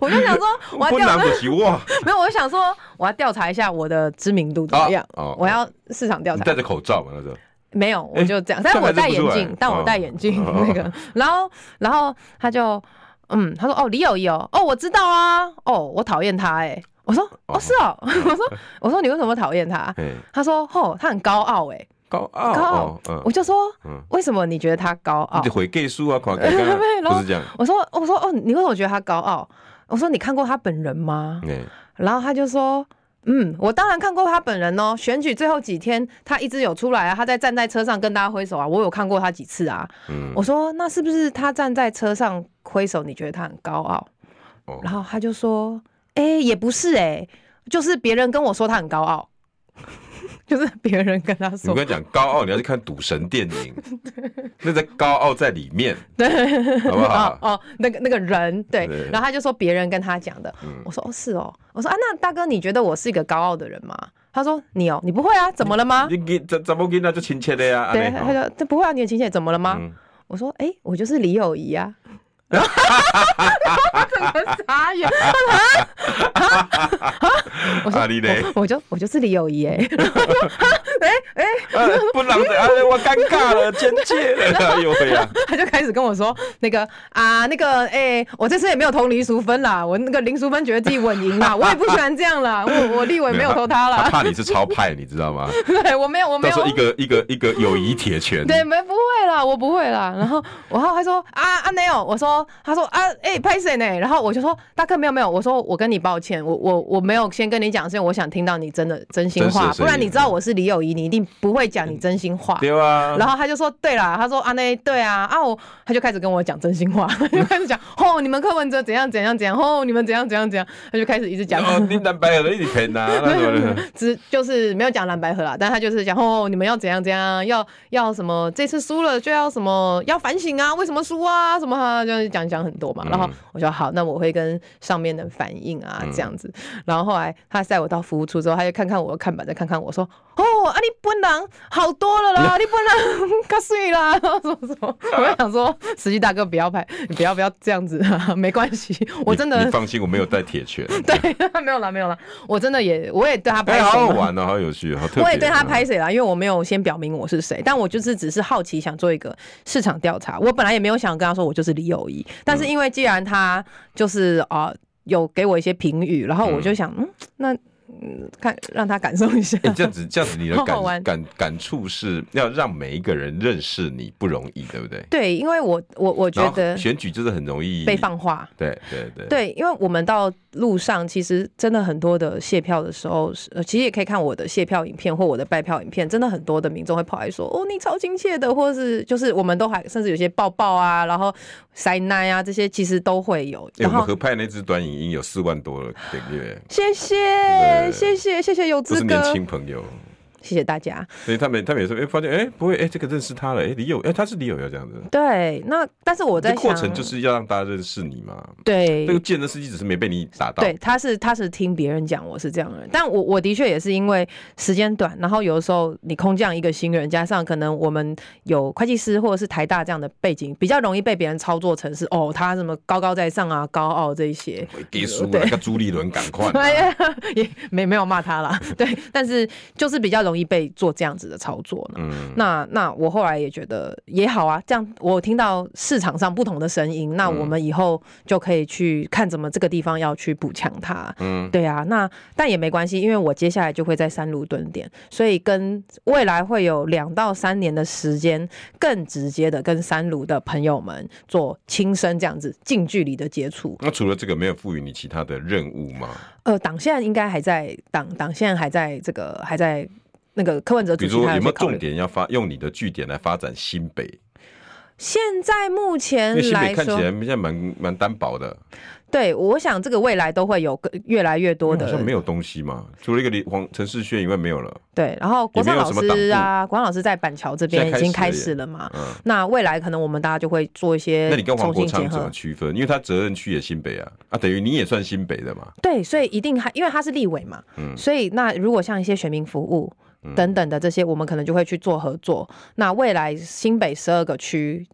[SPEAKER 2] 我就想说，我要
[SPEAKER 1] 不
[SPEAKER 2] 调
[SPEAKER 1] 难
[SPEAKER 2] 查
[SPEAKER 1] 不，行哇！
[SPEAKER 2] 没有，我就想说，我要调查一下我的知名度怎么样，
[SPEAKER 1] 啊哦
[SPEAKER 2] 我要市场调
[SPEAKER 1] 你
[SPEAKER 2] 查。
[SPEAKER 1] 戴着口罩嘛那时候，
[SPEAKER 2] 没有，
[SPEAKER 1] 哎
[SPEAKER 2] 我就这样，但
[SPEAKER 1] 看
[SPEAKER 2] 我
[SPEAKER 1] 来
[SPEAKER 2] 戴
[SPEAKER 1] 认不
[SPEAKER 2] 眼
[SPEAKER 1] 出来哦
[SPEAKER 2] 镜，但我戴眼镜、 那个，然后然后他就嗯，他说哦李友仪哦，哦我知道啊，哦我讨厌他哎、我说哦
[SPEAKER 1] 哦
[SPEAKER 2] 是哦， 我说我说你为什么讨厌他？
[SPEAKER 1] 哎，
[SPEAKER 2] 他说哦他很高傲哎、
[SPEAKER 1] 高傲，
[SPEAKER 2] 高
[SPEAKER 1] 哦
[SPEAKER 2] 傲，
[SPEAKER 1] 嗯
[SPEAKER 2] 我，就说
[SPEAKER 1] 嗯
[SPEAKER 2] 为什么你觉得他高傲
[SPEAKER 1] 你得？回 gay 书啊，垮 gay
[SPEAKER 2] 没有
[SPEAKER 1] 啊
[SPEAKER 2] 没有，然
[SPEAKER 1] 不
[SPEAKER 2] 后
[SPEAKER 1] 是这样，
[SPEAKER 2] 我说我说哦你为什么觉得他高傲？我说你看过他本人吗？
[SPEAKER 1] 哎，
[SPEAKER 2] 然后他就说。嗯，我当然看过他本人哦。选举最后几天，他一直有出来啊，他在站在车上跟大家挥手啊，我有看过他几次啊。
[SPEAKER 1] 嗯，
[SPEAKER 2] 我说那是不是他站在车上挥手，你觉得他很高傲？
[SPEAKER 1] 哦
[SPEAKER 2] 然后他就说，哎、也不是哎、就是别人跟我说他很高傲， 就是别人跟他
[SPEAKER 1] 你
[SPEAKER 2] 说
[SPEAKER 1] 跟，他讲高傲，你要去看赌神电 影，那在高傲在里面，
[SPEAKER 2] 对，
[SPEAKER 1] 好不
[SPEAKER 2] 哦
[SPEAKER 1] 好？
[SPEAKER 2] 哦，那个那个人对
[SPEAKER 1] 对，嗯
[SPEAKER 2] 然后他就说别人跟他讲的，我说哦是哦，我说啊那大哥你觉得我是一个高傲的人吗？他说你哦，你不会啊，怎么了吗？
[SPEAKER 1] 你给怎怎么给那就亲切的呀？安
[SPEAKER 2] 对，
[SPEAKER 1] 内
[SPEAKER 2] 他
[SPEAKER 1] 哦
[SPEAKER 2] 就这不会啊，你的亲戚怎么了吗？
[SPEAKER 1] 嗯
[SPEAKER 2] 我说，哎、我就是李友仪啊。 然后他整个傻眼，他说啊啊啊！我说
[SPEAKER 1] 啊你嘞
[SPEAKER 2] 我我就我就是李友仪哎，
[SPEAKER 1] 啊不然的，啊我尴尬了，亲切了， 哎呦喂呀！
[SPEAKER 2] 他就开始跟我说那个啊那个哎、我这次也没有投林淑芬啦，我那个林淑芬觉得自己稳赢啦，我也不喜欢这样啦，我我立委没有投他
[SPEAKER 1] 他
[SPEAKER 2] 啦，
[SPEAKER 1] 怕你是超派，你知道吗？
[SPEAKER 2] 对我没有我 没
[SPEAKER 1] 到时
[SPEAKER 2] 有
[SPEAKER 1] 候一个一个一个友谊铁拳，
[SPEAKER 2] 对，没不会啦，我不会啦。然后，然后他说啊啊没有，我说他说啊哎拍谁呢？然后我就说大哥没有没有，我说我跟你抱歉，我我我没有先跟你讲，是因为我想听到你真的真心
[SPEAKER 1] 真实的声
[SPEAKER 2] 话，
[SPEAKER 1] 音嗯
[SPEAKER 2] 不然你知道我是李友仪，你一定不会讲你真心话。
[SPEAKER 1] 对啊。
[SPEAKER 2] 然后他就说对啦，他说啊那对啊啊我他就开始跟我讲真心话， 他就开始讲哦你们柯文哲怎样怎样怎样哦你们怎样怎样怎样，他就开始一直讲。
[SPEAKER 1] 哦，你蓝白合一直骗 啊，那怎么了？
[SPEAKER 2] 只就是没有讲蓝白合啦，但他就是讲哦，你们要怎样怎样，要要什么，这次输了就要什么，要反省啊，为什么输啊，什么啊，就是讲讲很多嘛。然后我说好，那我会跟上面的反映啊，这样子。然后后来他载我到服务处之后，他就看看我的看板，再看看我说哦，啊你本人好多了啦，你本人 卡碎啦，然后什么什么， 我就想说，实际大哥不要拍，你不要不要这样子、啊，没关系，我真
[SPEAKER 1] 你
[SPEAKER 2] 的
[SPEAKER 1] 你。放心，我没有带铁 拳。
[SPEAKER 2] 对，没有啦，没有啦，我真的也，我也对他拍
[SPEAKER 1] 哎，
[SPEAKER 2] 手嘛。
[SPEAKER 1] 好好玩哦，好有趣，好特别。嗯
[SPEAKER 2] 我也对他拍谁啦，因为我没有先表明我是谁，但我就是只是好奇，想做一个市场调查。我本来也没有想跟他说我就是李友仪，但
[SPEAKER 1] 嗯
[SPEAKER 2] 是因为既然他就是啊、呃有给我一些评语，然后我就想，嗯，那嗯看让他感受一下。
[SPEAKER 1] 哎，这样子，这样子，你的
[SPEAKER 2] 好好玩
[SPEAKER 1] 感感感触是要让每一个人认识你不容易，对不对？
[SPEAKER 2] 对，因为我我我觉
[SPEAKER 1] 然后
[SPEAKER 2] 得
[SPEAKER 1] 选举就是很容易
[SPEAKER 2] 被。放话。
[SPEAKER 1] 对对对。
[SPEAKER 2] 对，因为我们到路上，其实真的很多的卸票的时候，是呃，其实也可以看我的卸票影片或我的拜票影片，真的很多的民众会跑来说：“哦，你超亲切的。”或者是就是我们都还甚至有些抱抱啊，然后塞奶啊这些，其实都会有。
[SPEAKER 1] 哎，
[SPEAKER 2] 然
[SPEAKER 1] 我们
[SPEAKER 2] 后
[SPEAKER 1] 合拍那支短影音有四万多了点阅，
[SPEAKER 2] 谢谢
[SPEAKER 1] 对
[SPEAKER 2] 谢谢谢谢有
[SPEAKER 1] 都
[SPEAKER 2] 资
[SPEAKER 1] 是年
[SPEAKER 2] 格，
[SPEAKER 1] 轻朋友，
[SPEAKER 2] 谢谢大家。
[SPEAKER 1] 所以他们他们也说，哎，发现哎不会，哎这个认识他了，哎李友，哎他是李友要这样子。
[SPEAKER 2] 对，那但是我在
[SPEAKER 1] 这
[SPEAKER 2] 想，
[SPEAKER 1] 过程就是要让大家认识你嘛。
[SPEAKER 2] 对
[SPEAKER 1] 那个见的司机只是没被你打到。
[SPEAKER 2] 对，他是他是听别人讲我是这样的人，但我我的确也是因为时间短，然后有的时候你空降一个新人，加上可能我们有会计师或者是台大这样的背景，比较容易被别人操作成是哦，他什么高高在上啊、高傲这一些。
[SPEAKER 1] 会跌输
[SPEAKER 2] 对
[SPEAKER 1] 了，跟朱立伦赶快啊。
[SPEAKER 2] 哎呀，也没没有骂他啦，对，但是就是比较容易被做这样子的操作呢。
[SPEAKER 1] 嗯，
[SPEAKER 2] 那那我后来也觉得也好啊，这样我听到市场上不同的声音，
[SPEAKER 1] 嗯
[SPEAKER 2] 那我们以后就可以去看怎么这个地方要去补强它。嗯，对啊，那但也没关系，因为我接下来就会在三路蹲点，所以跟未来会有两到三年的时间，更直接的跟三路的朋友们做亲身这样子近距离的接触。
[SPEAKER 1] 那除了这个，没有赋予你其他的任务吗？
[SPEAKER 2] 呃，党现在应该还在党党现在还在这个还在那个柯文哲
[SPEAKER 1] 比
[SPEAKER 2] 主
[SPEAKER 1] 如
[SPEAKER 2] 席
[SPEAKER 1] 说
[SPEAKER 2] 他
[SPEAKER 1] 有没有
[SPEAKER 2] 去考虑
[SPEAKER 1] 重点要发用你的据点来发展新北？
[SPEAKER 2] 现在目
[SPEAKER 1] 因
[SPEAKER 2] 前
[SPEAKER 1] 为新
[SPEAKER 2] 来
[SPEAKER 1] 北
[SPEAKER 2] 说，
[SPEAKER 1] 看起来现在蛮蛮单薄的，
[SPEAKER 2] 对，我想这个未来都会有更越来越多
[SPEAKER 1] 嗯好
[SPEAKER 2] 的
[SPEAKER 1] 像没有东西嘛，除了一个李黄陈世轩以外没有了。
[SPEAKER 2] 对。然后
[SPEAKER 1] 也
[SPEAKER 2] 国
[SPEAKER 1] 没
[SPEAKER 2] 上
[SPEAKER 1] 有
[SPEAKER 2] 老
[SPEAKER 1] 什么党
[SPEAKER 2] 师啊，国上老师在板桥这边
[SPEAKER 1] 现在
[SPEAKER 2] 已经
[SPEAKER 1] 开
[SPEAKER 2] 开
[SPEAKER 1] 始
[SPEAKER 2] 始了嘛。
[SPEAKER 1] 嗯，
[SPEAKER 2] 那未来可能我们大家就会做一些
[SPEAKER 1] 那你跟黄
[SPEAKER 2] 重
[SPEAKER 1] 国
[SPEAKER 2] 新
[SPEAKER 1] 昌
[SPEAKER 2] 结
[SPEAKER 1] 怎么
[SPEAKER 2] 合，
[SPEAKER 1] 区分？因为他责任区也新北啊，啊，等于你也算新北的嘛。
[SPEAKER 2] 对，所以一定还因为他是立委嘛，
[SPEAKER 1] 嗯
[SPEAKER 2] 所以那如果像一些选民服务
[SPEAKER 1] 嗯
[SPEAKER 2] 等等的这些，我们可能就会去做合作。那未来新北十二个区，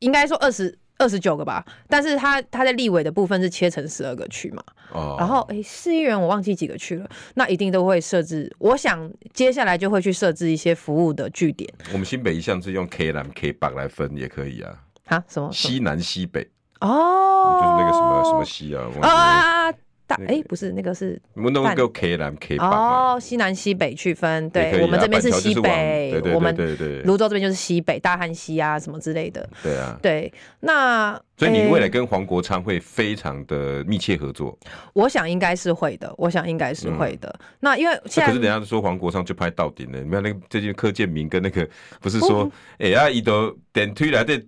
[SPEAKER 2] 应该说二十二十九个吧，但是他他在立委的部分是切成十二个区嘛，
[SPEAKER 1] 哦，
[SPEAKER 2] 然后诶，市议员我忘记几个区了，那一定都会设置，我想接下来就会去设置一些服务的据点
[SPEAKER 1] 我们新北一向是用 K 南 K 北来分也可以啊，
[SPEAKER 2] 啊，什么什么
[SPEAKER 1] 西南西北就
[SPEAKER 2] 哦，
[SPEAKER 1] 是那个什么什么西啊，我忘记
[SPEAKER 2] 啊啊
[SPEAKER 1] 了
[SPEAKER 2] 啊啊大
[SPEAKER 1] 那个
[SPEAKER 2] 诶，不是那个是
[SPEAKER 1] 我们弄一个
[SPEAKER 2] 淡
[SPEAKER 1] K 南 K 北嘛，
[SPEAKER 2] 哦，西南西北区分，
[SPEAKER 1] 也可以
[SPEAKER 2] 对
[SPEAKER 1] 啊
[SPEAKER 2] 我们这边
[SPEAKER 1] 板桥
[SPEAKER 2] 西
[SPEAKER 1] 就是往对
[SPEAKER 2] 北，
[SPEAKER 1] 对
[SPEAKER 2] 我们
[SPEAKER 1] 对对对
[SPEAKER 2] 泸州这边就是西北大汉溪啊什么之类的，
[SPEAKER 1] 对啊。
[SPEAKER 2] 对，那
[SPEAKER 1] 所以
[SPEAKER 2] 诶
[SPEAKER 1] 你未来跟黄国昌会非常的密切合作，
[SPEAKER 2] 我想应该是会的，我想应该是会的。那因为
[SPEAKER 1] 那
[SPEAKER 2] 现
[SPEAKER 1] 嗯可是人
[SPEAKER 2] 在
[SPEAKER 1] 家说黄国昌就拍到顶了。你看那个最近柯建明跟那个不是
[SPEAKER 2] 哦
[SPEAKER 1] 说，哎呀，伊都电梯来的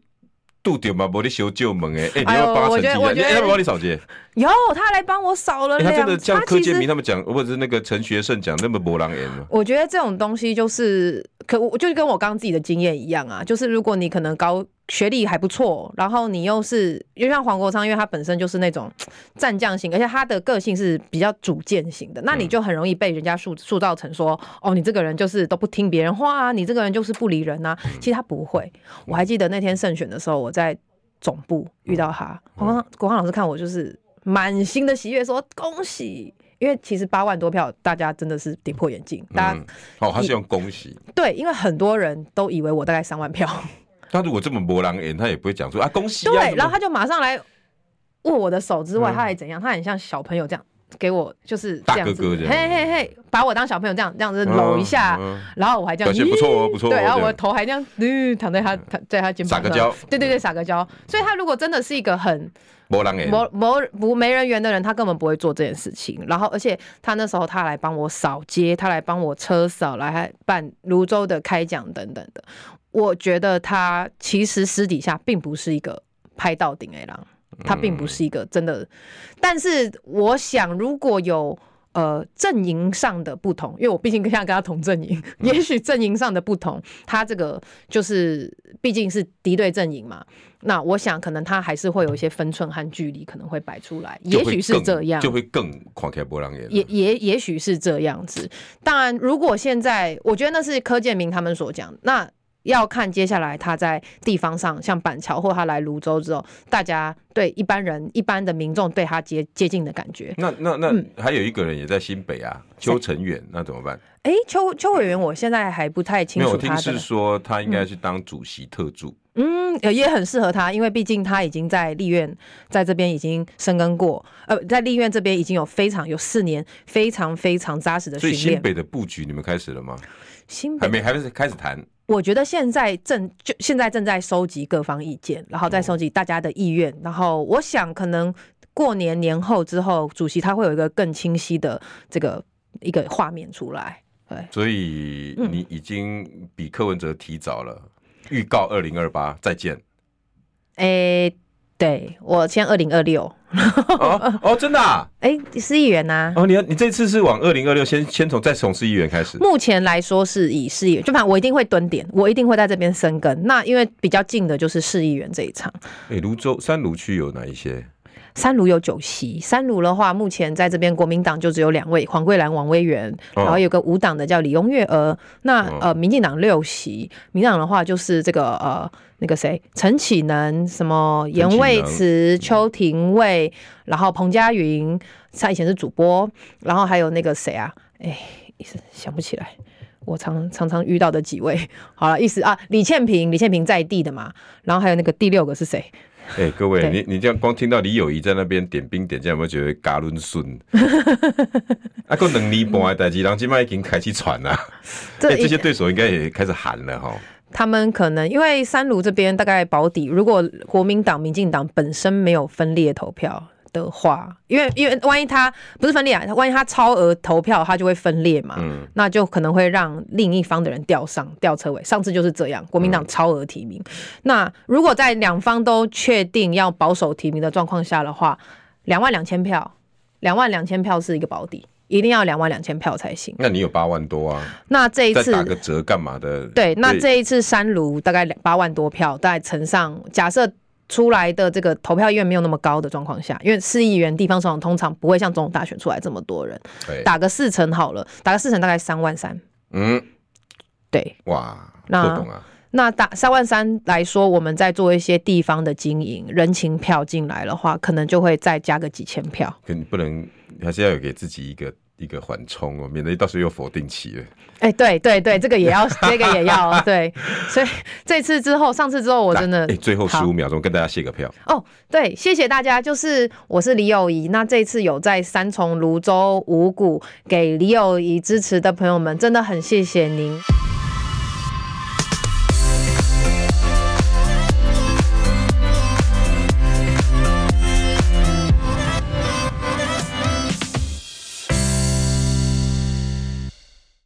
[SPEAKER 1] 度掉嘛，无你修旧门哎，哎，你
[SPEAKER 2] 哎呦
[SPEAKER 1] 要帮他
[SPEAKER 2] 我
[SPEAKER 1] 澄
[SPEAKER 2] 觉
[SPEAKER 1] 清一
[SPEAKER 2] 得我
[SPEAKER 1] 下，你
[SPEAKER 2] 觉得
[SPEAKER 1] 要不要帮你扫街？
[SPEAKER 2] 有他来帮我扫了
[SPEAKER 1] 欸、他真
[SPEAKER 2] 两，
[SPEAKER 1] 的像柯
[SPEAKER 2] 其
[SPEAKER 1] 建
[SPEAKER 2] 实
[SPEAKER 1] 明他们讲，或者是那个陈学圣讲，那么博朗言吗？
[SPEAKER 2] 我觉得这种东西就是，可我就跟我刚刚自己的经验一样啊，就是如果你可能高学历还不错，然后你又是，就像黄国昌，因为他本身就是那种战将型，而且他的个性是比较主见型的，那你就很容易被人家塑塑造成说，哦，你这个人就是都不听别人话啊，你这个人就是不理人啊。其实他不会，我还记得那天胜选的时候，我在总部遇
[SPEAKER 1] 嗯
[SPEAKER 2] 到他，黄国昌国昌老师看我就是满心的喜悦说恭喜。因为其实八万多票，大家真的是跌破眼镜，大家
[SPEAKER 1] 嗯，哦，他是用恭喜。
[SPEAKER 2] 对，因为很多人都以为我大概三 万票，
[SPEAKER 1] 他如果这么博朗言，他也不会讲说啊恭喜啊。
[SPEAKER 2] 对，
[SPEAKER 1] 怎么
[SPEAKER 2] 然后他就马上来握我的手之外，
[SPEAKER 1] 嗯
[SPEAKER 2] 他还怎样？他很像小朋友这样给我就是这样子，
[SPEAKER 1] 大哥哥这样
[SPEAKER 2] 嘿嘿嘿，把我当小朋友这样这样子搂一下，
[SPEAKER 1] 嗯嗯
[SPEAKER 2] 然后我还这样，
[SPEAKER 1] 表现不错哦
[SPEAKER 2] 咦
[SPEAKER 1] 不错哦
[SPEAKER 2] 对，然后
[SPEAKER 1] 这样
[SPEAKER 2] 我头还这样，嗯、躺在他躺在他肩
[SPEAKER 1] 撒
[SPEAKER 2] 膀上，
[SPEAKER 1] 个娇
[SPEAKER 2] 对对对，撒个娇。所以他如果真的是一个很
[SPEAKER 1] 博朗言，
[SPEAKER 2] 某某不没人缘的人，他根本不会做这件事情。然后，而且他那时候他来帮我扫街，他来帮我车扫，来还办泸州的开奖等等的。我觉得他其实私底下并不是一个拍到顶 A 郎，他并不是一个真的。但是我想，如果有呃阵营上的不同，因为我毕竟跟像跟他同阵营，
[SPEAKER 1] 嗯
[SPEAKER 2] 也许阵营上的不同，他这个就是毕竟是敌对阵营嘛。那我想，可能他还是会有一些分寸和距离，可能会摆出来，
[SPEAKER 1] 就
[SPEAKER 2] 也
[SPEAKER 1] 会
[SPEAKER 2] 许是
[SPEAKER 1] 更
[SPEAKER 2] 这样，
[SPEAKER 1] 就会更狂开博朗言。
[SPEAKER 2] 也也也许是这样子。当然，如果现在我觉得那是柯建明他们所讲，那要看接下来他在地方上，像板桥或他来泸州之后，大家对一般人、一般的民众对他接接近的感觉。
[SPEAKER 1] 那那
[SPEAKER 2] 嗯
[SPEAKER 1] 那还有一个人也在新北啊，邱成远，那怎么办？
[SPEAKER 2] 诶，邱邱委员，我现在还不太清
[SPEAKER 1] 没有，
[SPEAKER 2] 楚
[SPEAKER 1] 我听
[SPEAKER 2] 他的
[SPEAKER 1] 是。说他应该是当主席特助，
[SPEAKER 2] 嗯，呃也很适合他，因为毕竟他已经在立院，在这边已经生根过，呃，在立院这边已经有非常有四年非常非常扎实的
[SPEAKER 1] 所以
[SPEAKER 2] 训
[SPEAKER 1] 新
[SPEAKER 2] 练。
[SPEAKER 1] 北的布局你们开始了吗？
[SPEAKER 2] 新
[SPEAKER 1] 还没，还没是开始谈。
[SPEAKER 2] 我觉得现在正就现在正在收集各方意见，然后再
[SPEAKER 1] 哦
[SPEAKER 2] 收集大家的意愿，然后我想可能过年年后之后，主席他会有一个更清晰的这个一个画面出来。对，
[SPEAKER 1] 所以
[SPEAKER 2] 嗯
[SPEAKER 1] 你已经比柯文哲提早了，预告二零二八再 见。
[SPEAKER 2] 诶、对我签二零二六，
[SPEAKER 1] 哦哦，真的啊！
[SPEAKER 2] 诶，市议员啊呐、
[SPEAKER 1] 哦，你要你这次是往二零二六先先从再从市议员开始。
[SPEAKER 2] 目前来说是以市议员，就反正我一定会蹲点，我一定会在这边生根。那因为比较近的就是市议员这一场，
[SPEAKER 1] 诶，泸州三泸区有哪一些？
[SPEAKER 2] 三卢有九席，三卢的话，目前在这边国民党就只有两位，黄桂兰、王威元，
[SPEAKER 1] 哦
[SPEAKER 2] 然后有个无党的叫李雍月娥。那
[SPEAKER 1] 哦
[SPEAKER 2] 呃，民进党六席，民进党的话就是这个呃那个谁，陈启能、什么严卫慈、邱廷卫，然后彭佳云，他以前是主播，然后还有那个谁啊，哎，一时想不起来。我常常常遇到的几位，好了，意思啊，李倩萍，李倩萍在地的嘛，然后还有那个第六个是谁？
[SPEAKER 1] 哎、 各位，
[SPEAKER 2] 对
[SPEAKER 1] 你你这样光听到李友仪在那边点兵点将，有没有觉得嘎伦 顺？啊，够能力半的代志，人今麦已经开始喘了。哎、
[SPEAKER 2] 一
[SPEAKER 1] 这些对手应该也开始喊了哈。
[SPEAKER 2] 他们可能因为三卢这边大概保底，如果国民党、民进党本身没有分裂投票。的话，因为因为万一他不是分裂啊，万一他超额投票，他就会分裂嘛，
[SPEAKER 1] 嗯
[SPEAKER 2] 那就可能会让另一方的人吊上吊车尾。上次就是这样，国民党超额提名。那如果在两方都确定要保守提名的状况下的话，两万两千票，两万两千票是一个保底，一定要两万两千票才行。
[SPEAKER 1] 那你有八万多啊，
[SPEAKER 2] 那这一
[SPEAKER 1] 再
[SPEAKER 2] 次
[SPEAKER 1] 打个折干嘛的？
[SPEAKER 2] 对，那这一次三卢大概两八万多票，大概乘上假设。出来的这个投票意愿没有那么高的状况下，因为市议员、地方首长通常不会像总统大选出来这么多人，
[SPEAKER 1] 对
[SPEAKER 2] 打个四成好了，打个四成大概三万三，
[SPEAKER 1] 嗯
[SPEAKER 2] 对，
[SPEAKER 1] 哇，
[SPEAKER 2] 那
[SPEAKER 1] 不懂啊，
[SPEAKER 2] 那打三万三来说，我们在做一些地方的经营，人情票进来的话，可能就会再加个几千票。
[SPEAKER 1] 可你不能还是要有给自己一个一个缓冲哦，免得到时候又否定期了。
[SPEAKER 2] 哎、对对对，这个也要， 这个也要，对。所以这次之后，上次之后，我真的、
[SPEAKER 1] 哎最后
[SPEAKER 2] 好
[SPEAKER 1] 十五秒钟跟大家谢个票，
[SPEAKER 2] 哦，对，谢谢大家。就是我是李友仪，那这次有在三重、泸州、五股给李友仪支持的朋友们，真的很谢谢您。